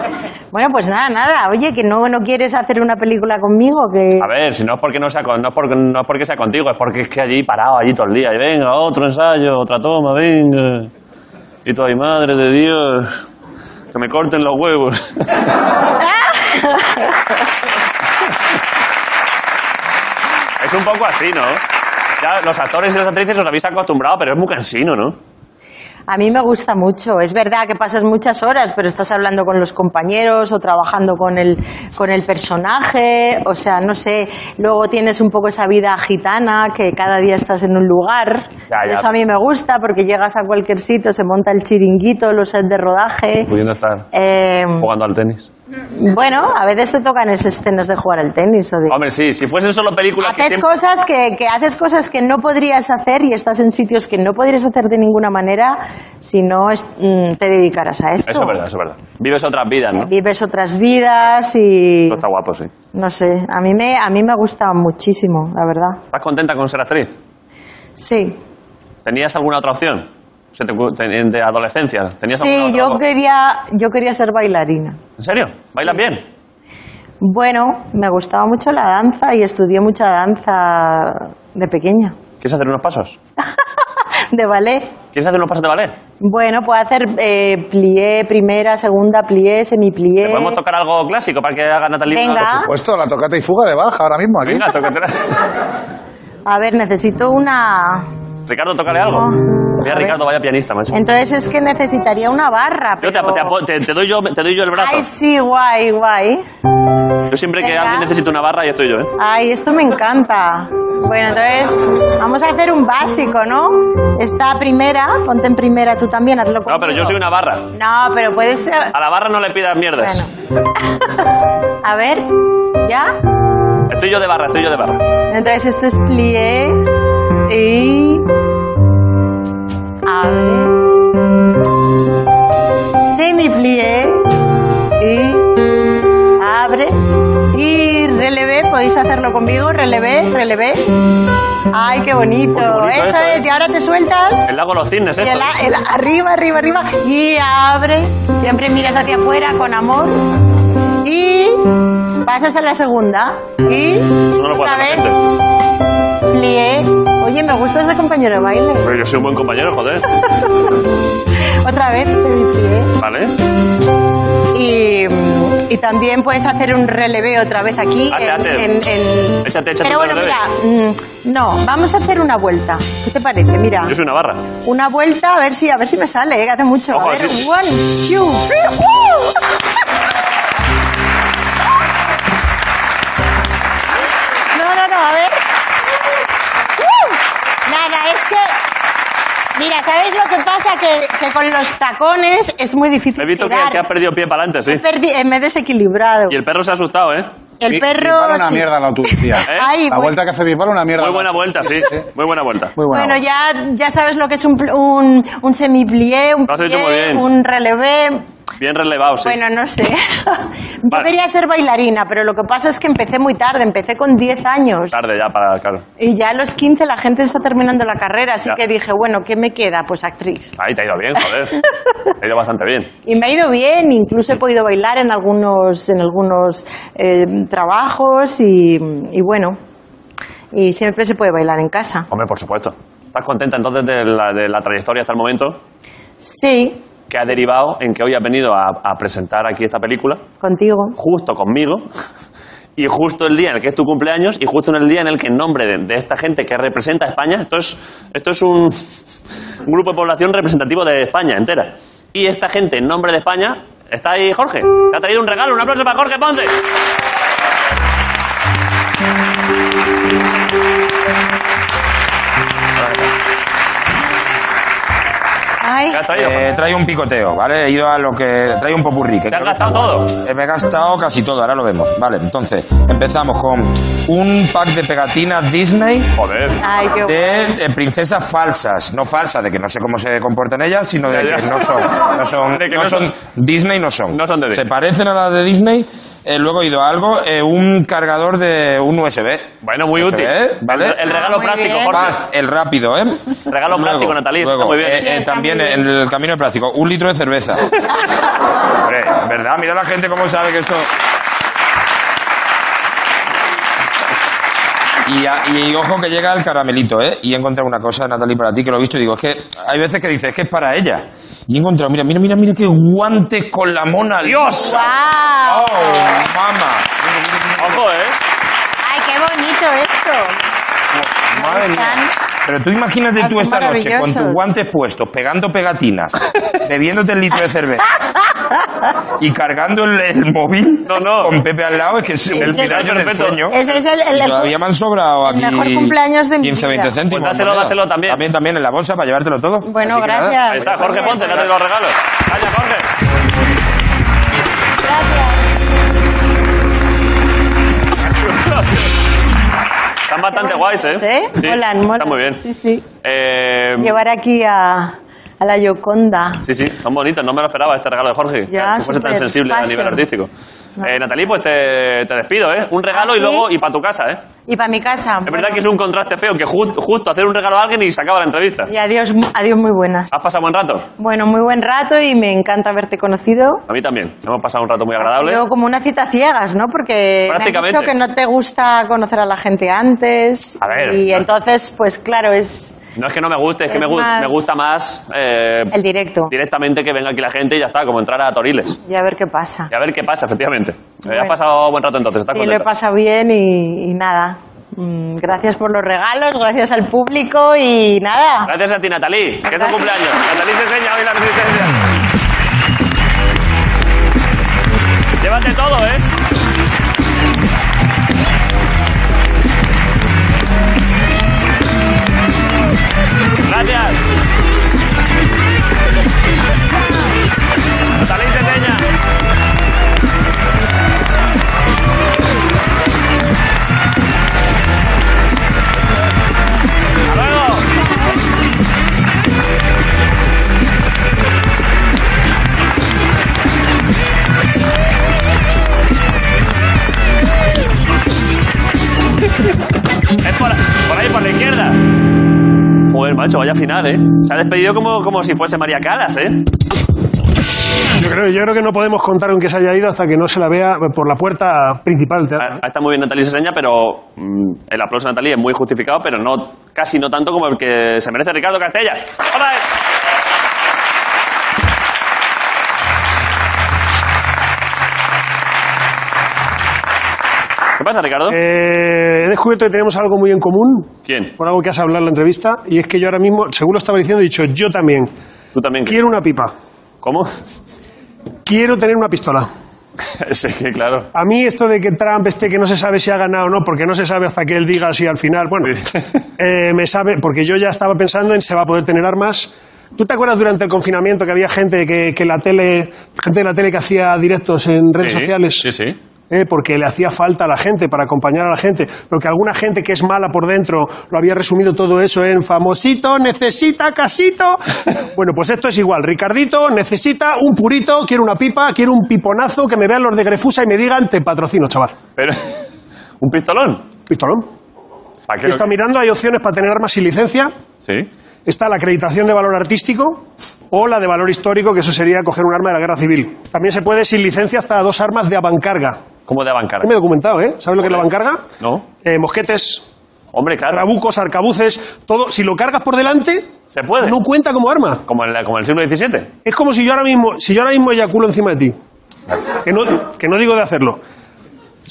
G: Bueno, pues nada, nada. Oye, que no, no quieres hacer una película conmigo, que
A: A ver, si no es porque no sea, con- no es porque, no es porque sea contigo, es porque es que allí parado, allí todo el día. Y venga, otro ensayo, otra toma, venga. Y tú, ay, madre de Dios, que me corten los huevos. es un poco así, ¿no? Ya, los actores y las actrices os habéis acostumbrado, pero es muy cansino, ¿no?
G: a mí me gusta mucho. Es verdad que pasas muchas horas, pero estás hablando con los compañeros o trabajando con el, con el personaje. O sea, no sé. Luego tienes un poco esa vida gitana, que cada día estás en un lugar.
A: Ya, ya.
G: Eso a mí me gusta, porque llegas a cualquier sitio, se monta el chiringuito, los sets de rodaje.
A: Pudiendo estar
G: Eh,
A: jugando al tenis.
G: Bueno, a veces te tocan esas escenas de jugar al tenis o de...
A: Hombre, sí, si fuesen solo películas que
G: Haces
A: siempre-
G: cosas que, que haces cosas que no podrías hacer y estás en sitios que no podrías hacer de ninguna manera si no es- mm, te dedicaras a esto.
A: Eso es verdad, eso es verdad. Vives otras vidas, ¿no?
G: Vives otras vidas y
A: Eso está guapo, sí.
G: no sé. A mí me a mí me ha gustado muchísimo, la verdad.
A: ¿Estás contenta con ser actriz?
G: Sí.
A: ¿Tenías alguna otra opción? ¿Se te ocu- te- ¿De adolescencia? ¿Tenías alguna
G: Sí,
A: otra
G: yo
A: voz?
G: quería yo quería ser bailarina.
A: ¿En serio? ¿Bailas bien?
G: Bueno, me gustaba mucho la danza y estudié mucha danza de pequeña,
A: ¿Quieres hacer unos pasos?
G: de ballet.
A: ¿Quieres hacer unos pasos de ballet?
G: Bueno, puedo hacer eh, plié, primera, segunda, plié, semiplié.
A: ¿Podemos tocar algo clásico para que haga Natalia?
G: Eh, Venga. Por
C: supuesto, Pues la tocata y fuga de Balja ahora mismo aquí.
A: Venga, tócatela.
G: A ver, necesito una.
A: Ricardo, tócale algo. Mira, Ricardo, vaya pianista, macho.
G: Entonces es que necesitaría una barra.
A: Yo te,
G: pero-
A: apo- te apo- te- te doy yo, te doy yo el brazo.
G: Ay, sí, guay, guay.
A: Yo siempre que
G: Venga.
A: alguien necesita una barra, ya estoy yo, ¿eh?
G: Ay, esto me encanta. Bueno, entonces vamos a hacer un básico, ¿no? Esta primera, ponte en primera tú también, hazlo
A: No, pero yo soy una barra.
G: No, pero puedes. ser-
A: A la barra no le pidas mierdas.
G: A ver, ¿ya?
A: Estoy yo de barra, estoy yo de barra.
G: Entonces esto es plié y... A ver... Semi-plié y... Abre y relevé. ¿Podéis hacerlo conmigo? Relevé, relevé. ¡Ay, qué bonito!
A: Muy bonito
G: Eso
A: esto,
G: es.
A: ¿eh?
G: Y ahora te sueltas.
A: El lago de los cisnes,
G: Y
A: ¿eh?
G: el a- el a- arriba, arriba, arriba. Y abre. Siempre miras hacia afuera con amor. Y pasas a la segunda. Y
A: Eso no lo puede
G: una
A: hacer
G: vez
A: la gente.
G: plié. Oye, me gusta este compañero de baile.
A: Pero yo soy un buen compañero, joder.
G: Otra vez semi-plié.
A: ¿Vale?
G: Y, mm, y también puedes hacer un relevé otra vez aquí.
A: Hazte,
G: en-
A: hazte.
G: en- en-
A: Échate, échate
G: Pero
A: un
G: bueno,
A: relevé.
G: mira, mm, no, vamos a hacer una vuelta. ¿Qué te parece? Mira,
A: Yo soy una barra.
G: una vuelta a ver si a ver si me sale. eh, que hace mucho.
A: Ojo,
G: a ver,
A: sí.
G: one, two, three, ¡uh! No, no, no, a ver. ¡Uh! Nada, es que. Mira, ¿sabéis lo que pasa? Que, que con los tacones es muy difícil.
A: He visto que,
G: tirar.
A: que has perdido pie para adelante, sí.
G: He perdi- eh, me he desequilibrado.
A: Y el perro se ha asustado, ¿eh?
G: El
C: Mi-
G: perro.
C: Bipar una
G: sí.
C: mierda la autopsia.
A: ¿Eh?
G: Ay,
C: La
G: voy-
C: vuelta que hace Bipar una mierda.
A: Muy buena vuelta, sí. Muy buena vuelta.
C: Muy buena.
G: bueno,
C: vuelta.
G: ya, ya sabes lo que es un, pl- un, un semiplié, un
A: Lo has hecho
G: plié,
A: muy bien.
G: un relevé.
A: Bien relevado, sí.
G: Bueno, no sé. Yo
A: Vale.
G: quería ser bailarina, pero lo que pasa es que empecé muy tarde, empecé con 10 años.
A: Tarde ya para, claro.
G: Y ya a los 15 la gente está terminando la carrera, así
A: Ya.
G: que dije, bueno, ¿qué me queda? Pues actriz.
A: Ahí te ha ido bien, joder. Te ha ido bastante bien.
G: Y me ha ido bien, incluso he podido bailar en algunos, en algunos eh, trabajos y, y bueno. Y siempre se puede bailar en casa.
A: Hombre, por supuesto. ¿Estás contenta entonces de la, de la trayectoria hasta el momento
G: Sí,
A: que ha derivado en que hoy has venido a, a presentar aquí esta película,
G: contigo.
A: justo conmigo, y justo el día en el que es tu cumpleaños, y justo en el día en el que en nombre de, de esta gente que representa a España, esto es, esto es un, un grupo de población representativo de España entera, y esta gente en nombre de España, está ahí Jorge, te ha traído un regalo, un aplauso para Jorge Ponce.
G: Ay,
A: ¿Qué has traído?
D: Eh, trae un picoteo, ¿vale? He ido a lo que. Trae un popurrí. que
A: ¿Te has
D: creo que-
A: gastado todo?
D: Eh, me he gastado casi todo, ahora lo vemos. Vale, entonces empezamos con un pack de pegatinas Disney
A: Joder.
G: ay, qué guay.
D: de eh, princesas falsas. No falsas, de que no sé cómo se comportan ellas, sino de
A: Ya, ya.
D: que no son. No son,
A: De que
D: no
A: no
D: son- Disney no son.
A: No son de Disney.
D: Se parecen a las de Disney. Eh, luego he ido a algo, eh, un cargador de un USB.
A: Bueno, muy
D: USB,
A: útil.
D: ¿Vale?
A: El, el regalo
G: Ah, muy
A: práctico,
G: bien.
A: Jorge.
D: Fast, el rápido, ¿eh?
A: Regalo práctico, Natalí, está muy bien.
D: eh,
A: Sí,
D: eh,
G: está
D: también
G: muy bien.
D: en el camino del práctico, un litro de cerveza. Hombre, ¿verdad? Mira la gente cómo sabe que esto... Y, a- y ojo que llega el caramelito, ¿eh? Y he encontrado una cosa, Natalie, para ti, que lo he visto y digo, es que hay veces que dices, es que es para ella. Y he encontrado, mira, mira, mira, mira qué guantes con la mona. ¡Dios!
G: ¡Guau!
D: ¡Oh, mamá!
A: Ojo, ¿eh?
G: Ay, qué bonito esto.
D: Madre mía. Pero tú imagínate
G: Ah,
D: tú
G: son
D: esta noche con tus
G: maravillosos.
D: guantes puestos, pegando pegatinas, bebiéndote el litro de cerveza y cargando el, el móvil
A: No, no.
D: con Pepe al lado, es que es
A: final
D: el final del
A: perfecto.
D: sueño.
G: Ese es el, el- el-
D: Todavía me han sobrado
G: el
D: aquí
G: mejor cumpleaños de mi
D: 15 20
G: vida.
D: céntimos.
A: Pues dáselo,
D: moneda.
A: dáselo también.
D: También, también en la bolsa para llevártelo todo.
G: Bueno,
D: Así que nada.
G: gracias.
A: Ahí está, Jorge
G: Oye,
A: Ponce, date los regalos. Vaya, Jorge.
G: Gracias.
A: bastante guays, ¿eh? Sí,
G: Molan, molan.
A: Está muy bien.
G: Sí, sí.
A: Eh,
G: Llevar aquí a, a la Yoconda.
A: Sí, sí, son bonitos. No me lo esperaba este regalo de Jorge. que
G: Ya,
A: fuese tan
G: súper
A: sensible a
G: fashion.
A: nivel artístico. Eh, Natalí, pues te, te despido, ¿eh? Un regalo
G: ¿Ah,
A: y
G: sí?
A: luego y para tu casa, ¿eh?
G: Y para mi casa.
A: Es verdad que es un contraste feo, que ju- justo hacer un regalo a alguien y se acaba la entrevista.
G: Y adiós, mu- adiós muy buenas.
A: ¿Has pasado buen rato?
G: Bueno, muy buen rato y me encanta haberte conocido.
A: A mí también. Hemos pasado un rato muy agradable.
G: Luego como una cita ciegas, ¿no? Porque me han
A: Prácticamente.
G: dicho que no te gusta conocer a la gente antes.
A: A ver,
G: Y
A: claro.
G: entonces, pues claro, es
A: No es que no me guste, es que me,
G: Es
A: gu-
G: más-
A: me gusta más eh,
G: el directo.
A: directamente que venga aquí la gente y ya está, como entrar a Toriles.
G: Y a ver qué pasa.
A: Y a ver qué pasa, efectivamente. Eh, Has
G: Bueno.
A: pasado buen rato entonces, ¿estás
G: Y lo he
A: contenta?
G: pasado bien y, y nada. Mm, Gracias por los regalos, gracias al público y nada.
A: Gracias a ti, Natalí, que es tu cumpleaños. Natalí se enseña hoy la resistencia. Llévate todo, ¿eh? Gracias. Natalí se enseña. Hasta luego. Es por, por ahí, por la izquierda. Joder, macho, vaya final, ¿eh? Se ha despedido como, como si fuese María Calas, ¿eh?
B: Yo creo, yo creo que no podemos contar con que se haya ido hasta que no se la vea por la puerta principal. Te-
A: Ah, Está muy bien Natalie Seseña, pero mm, el aplauso a Natalie es muy justificado, pero no, casi no tanto como el que se merece Ricardo Castella. ¡Hola! ¿Qué pasa, Ricardo?
B: Eh, he descubierto que tenemos algo muy en común,
A: ¿Quién?
B: por algo que has hablado en la entrevista, y es que yo ahora mismo, según lo estaba diciendo, he dicho, yo también.
A: ¿Tú también?
B: Quiero una pipa.
A: ¿Cómo?
B: Quiero tener una pistola.
A: sí, que claro.
B: A mí esto de que Trump esté que no se sabe si ha ganado o no, porque no se sabe hasta que él diga si al final, bueno, eh, me sabe, porque yo ya estaba pensando en se va a poder tener armas. ¿Tú te acuerdas durante el confinamiento que había gente que, que la tele, gente de la tele que hacía directos en redes
A: Sí,
B: sociales?
A: Sí, sí.
B: Eh, porque le hacía falta a la gente para acompañar a la gente, pero que alguna gente que es mala por dentro lo había resumido todo eso en famosito, necesita casito. Bueno, pues esto es igual. Ricardito necesita un purito, quiere una pipa, quiere un piponazo, que me vean los de Grefusa y me digan, te patrocino, chaval.
A: Pero, ¿un pistolón?
B: Pistolón.
A: ¿Para
B: Yo está mirando, hay opciones para tener armas sin licencia.
A: Sí.
B: Está la acreditación de valor artístico o la de valor histórico, que eso sería coger un arma de la guerra civil. También se puede sin licencia hasta dos armas de avancarga.
A: ¿Cómo de bancar?
B: Me he documentado, ¿eh? ¿Sabes lo que es la avancarga?
A: ¿No?
B: Eh, mosquetes,
A: Hombre, claro.
B: trabucos, arcabuces, todo. Si lo cargas por delante,
A: Se puede.
B: no cuenta como arma.
A: Como en, la- como en el siglo XVII.
B: Es como si yo ahora mismo, si yo ahora mismo eyaculo encima de ti. Que no, que no digo de hacerlo.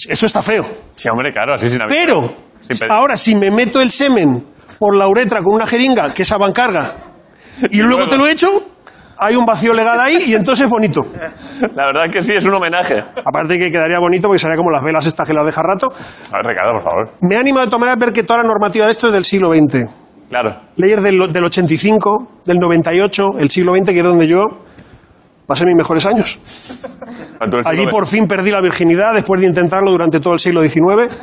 B: Esto está feo.
A: Sí, hombre, claro, así sin avisar.
B: Pero,
A: Sí, pero-
B: ahora si me meto el semen por la uretra con una jeringa, que es avancarga, y luego
A: luego.
B: te lo echo, hay un vacío legal ahí y entonces es bonito.
A: La verdad es que sí, es un homenaje. A
B: Aparte que quedaría bonito porque sería como las velas estas que las deja rato.
A: ver, Ricardo, por favor.
B: Me animo de tomar a ver que toda la normativa de esto es del siglo XX.
A: Claro.
B: Leyes del, del 85, del 98, el siglo XX, que es donde yo pasé mis mejores años.
A: Pero tú eres
B: Allí
A: el
B: por fin perdí la virginidad después de intentarlo durante todo el siglo XIX.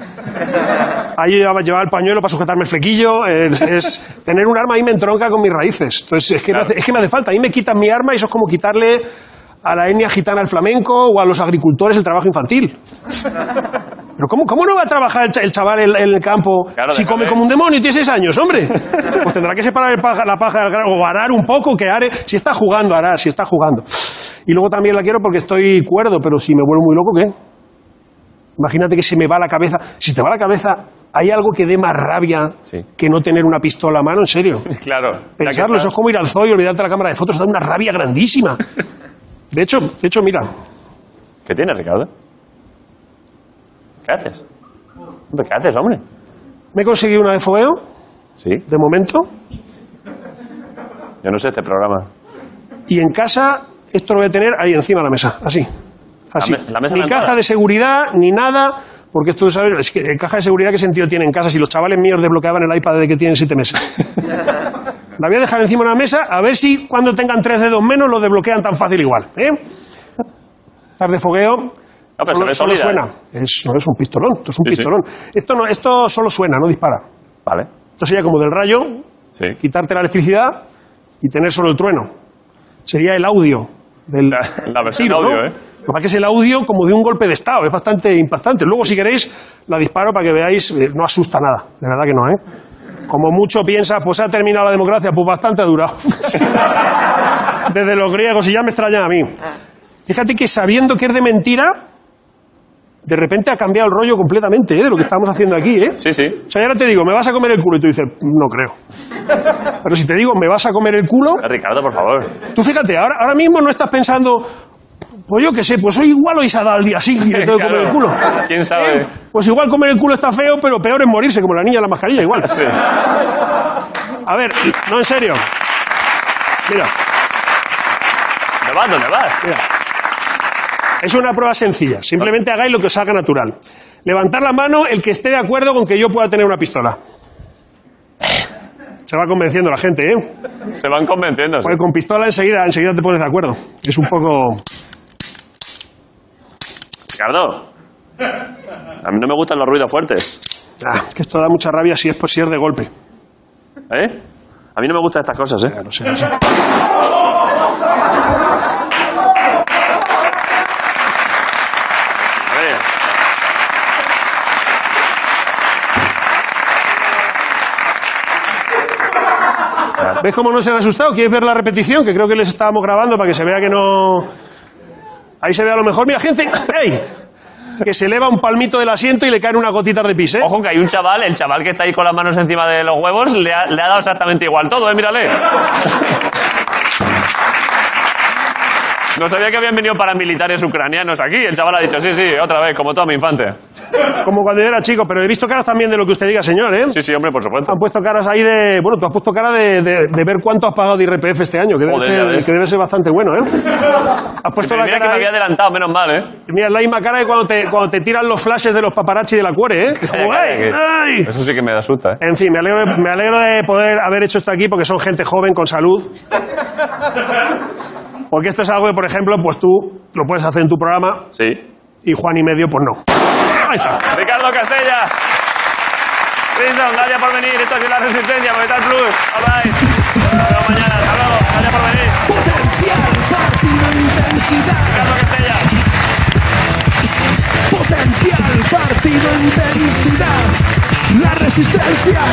B: Allí llevaba, llevaba el pañuelo para sujetarme el flequillo. Es, es- tener un arma ahí me entronca con mis raíces. Entonces es que,
A: Claro.
B: me hace, es que me hace falta. Ahí me quitan mi arma y eso es como quitarle a la etnia gitana el flamenco o a los agricultores el trabajo infantil. Pero ¿cómo, cómo no va a trabajar el, cha- el chaval en, en el campo
A: Claro,
B: si
A: déjale.
B: come como un demonio y tiene seis años, hombre? Pues tendrá que separar el paja- la paja del grano o arar un poco, que are. Si está jugando, hará, si está jugando. Y luego también la quiero porque estoy cuerdo, pero si me vuelvo muy loco, ¿qué? Imagínate que se me va la cabeza. Si te va la cabeza, ¿hay algo que dé más rabia
A: Sí.
B: que no tener una pistola a mano? En serio.
A: Claro. Ya que
B: Pensarlo,
A: estás-
B: eso es como ir al zoo y olvidarte la cámara de fotos, da una rabia grandísima. De hecho, de hecho mira,
A: ¿Qué tienes, Ricardo? ¿Qué haces? Hombre, ¿Qué haces, hombre?
B: me he conseguido una de fogueo,
A: Sí.
B: de momento,
A: Yo no sé este programa.
B: y en casa esto lo voy a tener ahí encima de la mesa, así. Así.
A: La me- la mesa
B: ni
A: de la
B: caja
A: entrada.
B: de seguridad, ni nada, porque esto, ¿sabes? Es que, eh, caja de seguridad, ¿qué sentido tiene en casa si los chavales míos desbloqueaban el iPad desde que tienen siete meses? la voy a dejar encima de la mesa, a ver si cuando tengan tres dedos menos lo desbloquean tan fácil igual. ¿eh? Tarde fogueo.
A: No, Ah, pero se ve sólida.
B: solo
A: ¿eh?
B: suena. Es, no, es un pistolón. Esto es un
A: Sí, sí.
B: pistolón. Esto, no, esto solo suena, no dispara.
A: Vale.
B: Esto sería como del rayo, quitarte la electricidad y tener solo el trueno. Sería el audio del la,
A: versión audio, ¿eh?
B: Lo que pasa es que es el audio como de un golpe de estado, es bastante impactante. Luego, si queréis, la disparo para que veáis, eh, no asusta nada, de verdad que no, ¿eh? Como mucho piensa, pues ha terminado la democracia, pues bastante ha durado. Desde los griegos, y ya me extrañan a mí. Fíjate que sabiendo que es de mentira, de repente ha cambiado el rollo completamente ¿eh? de lo que estamos haciendo aquí, ¿eh?
A: Sí, sí.
B: O sea, y ahora te digo, me vas a comer el culo y tú dices, no creo. Pero si te digo, me vas a comer el culo,
A: Ricardo, por favor.
B: tú fíjate, ahora, ahora mismo no estás pensando, pues yo qué sé, pues hoy igual hoy se ha dado el día así y le tengo que comer el
A: Claro.
B: culo.
A: ¿Quién sabe?
B: Pues igual comer el culo está feo, pero peor es morirse, como la niña de la mascarilla, igual.
A: Sí.
B: A ver, no, en serio. Mira.
A: ¿Dónde vas? ¿Dónde vas?
B: Mira. Es una prueba sencilla. Simplemente hagáis lo que os haga natural. Levantar la mano el que esté de acuerdo con que yo pueda tener una pistola. Se va convenciendo la gente, ¿eh?
A: Se van convenciendo.
B: Porque Pues con pistola enseguida, enseguida te pones de acuerdo. Es un poco...
A: Ricardo. A mí no me gustan los ruidos fuertes.
B: Ah, que esto da mucha rabia si es por si es de golpe.
A: ¿Eh? A mí no me gustan estas cosas, ¿eh?
B: No sé, no sé.
A: A ver.
B: ¿Ves cómo no se han asustado? ¿Quieres ver la repetición? Que creo que les estábamos grabando para que se vea que no... Ahí se ve a lo mejor. Mira, gente, ¡ey! Que se eleva un palmito del asiento y le caen unas gotitas de pis, ¿eh?
A: Ojo que hay un chaval, el chaval que está ahí con las manos encima de los huevos, le ha, le ha dado exactamente igual todo, ¿eh? Mírale. No sabía que habían venido paramilitares ucranianos aquí. El chaval ha dicho, sí, sí, otra vez, como toda mi infante.
B: Como cuando yo era chico, pero he visto caras también de lo que usted diga, señor, ¿eh?
A: Sí, sí, hombre, por supuesto.
B: Han puesto caras ahí de... Bueno, tú has puesto cara de, de- de ver cuánto has pagado de IRPF este año, que debe,
A: Joder, ya
B: ser,
A: ves.
B: que debe ser bastante bueno, ¿eh? Has puesto
A: Mira
B: la
A: que
B: cara...
A: me
B: ahí-
A: había adelantado, menos mal, ¿eh?
B: Mira, es la misma cara de cuando te, cuando te tiran los flashes de los paparazzi de la cuore, ¿eh?
A: Calla,
B: Como,
A: calla,
B: ¡ay!
A: que-
B: ¡ay!
A: Eso sí que me asusta, ¿eh?
B: En fin, me alegro, me alegro de poder haber hecho esto aquí porque son gente joven, con salud. Porque esto es algo que, por ejemplo, pues tú lo puedes hacer en tu programa
A: Sí.
B: y Juan y medio, pues no. Ahí está.
A: Ricardo Castella. Winston, gracias por venir. Esto ha sido La Resistencia, Movistar Plus. Bye bye. Hasta luego mañana. Hasta luego. Gracias por venir.
L: Potencial, partido, intensidad.
A: Ricardo Castella.
L: Potencial, partido, intensidad. La resistencia.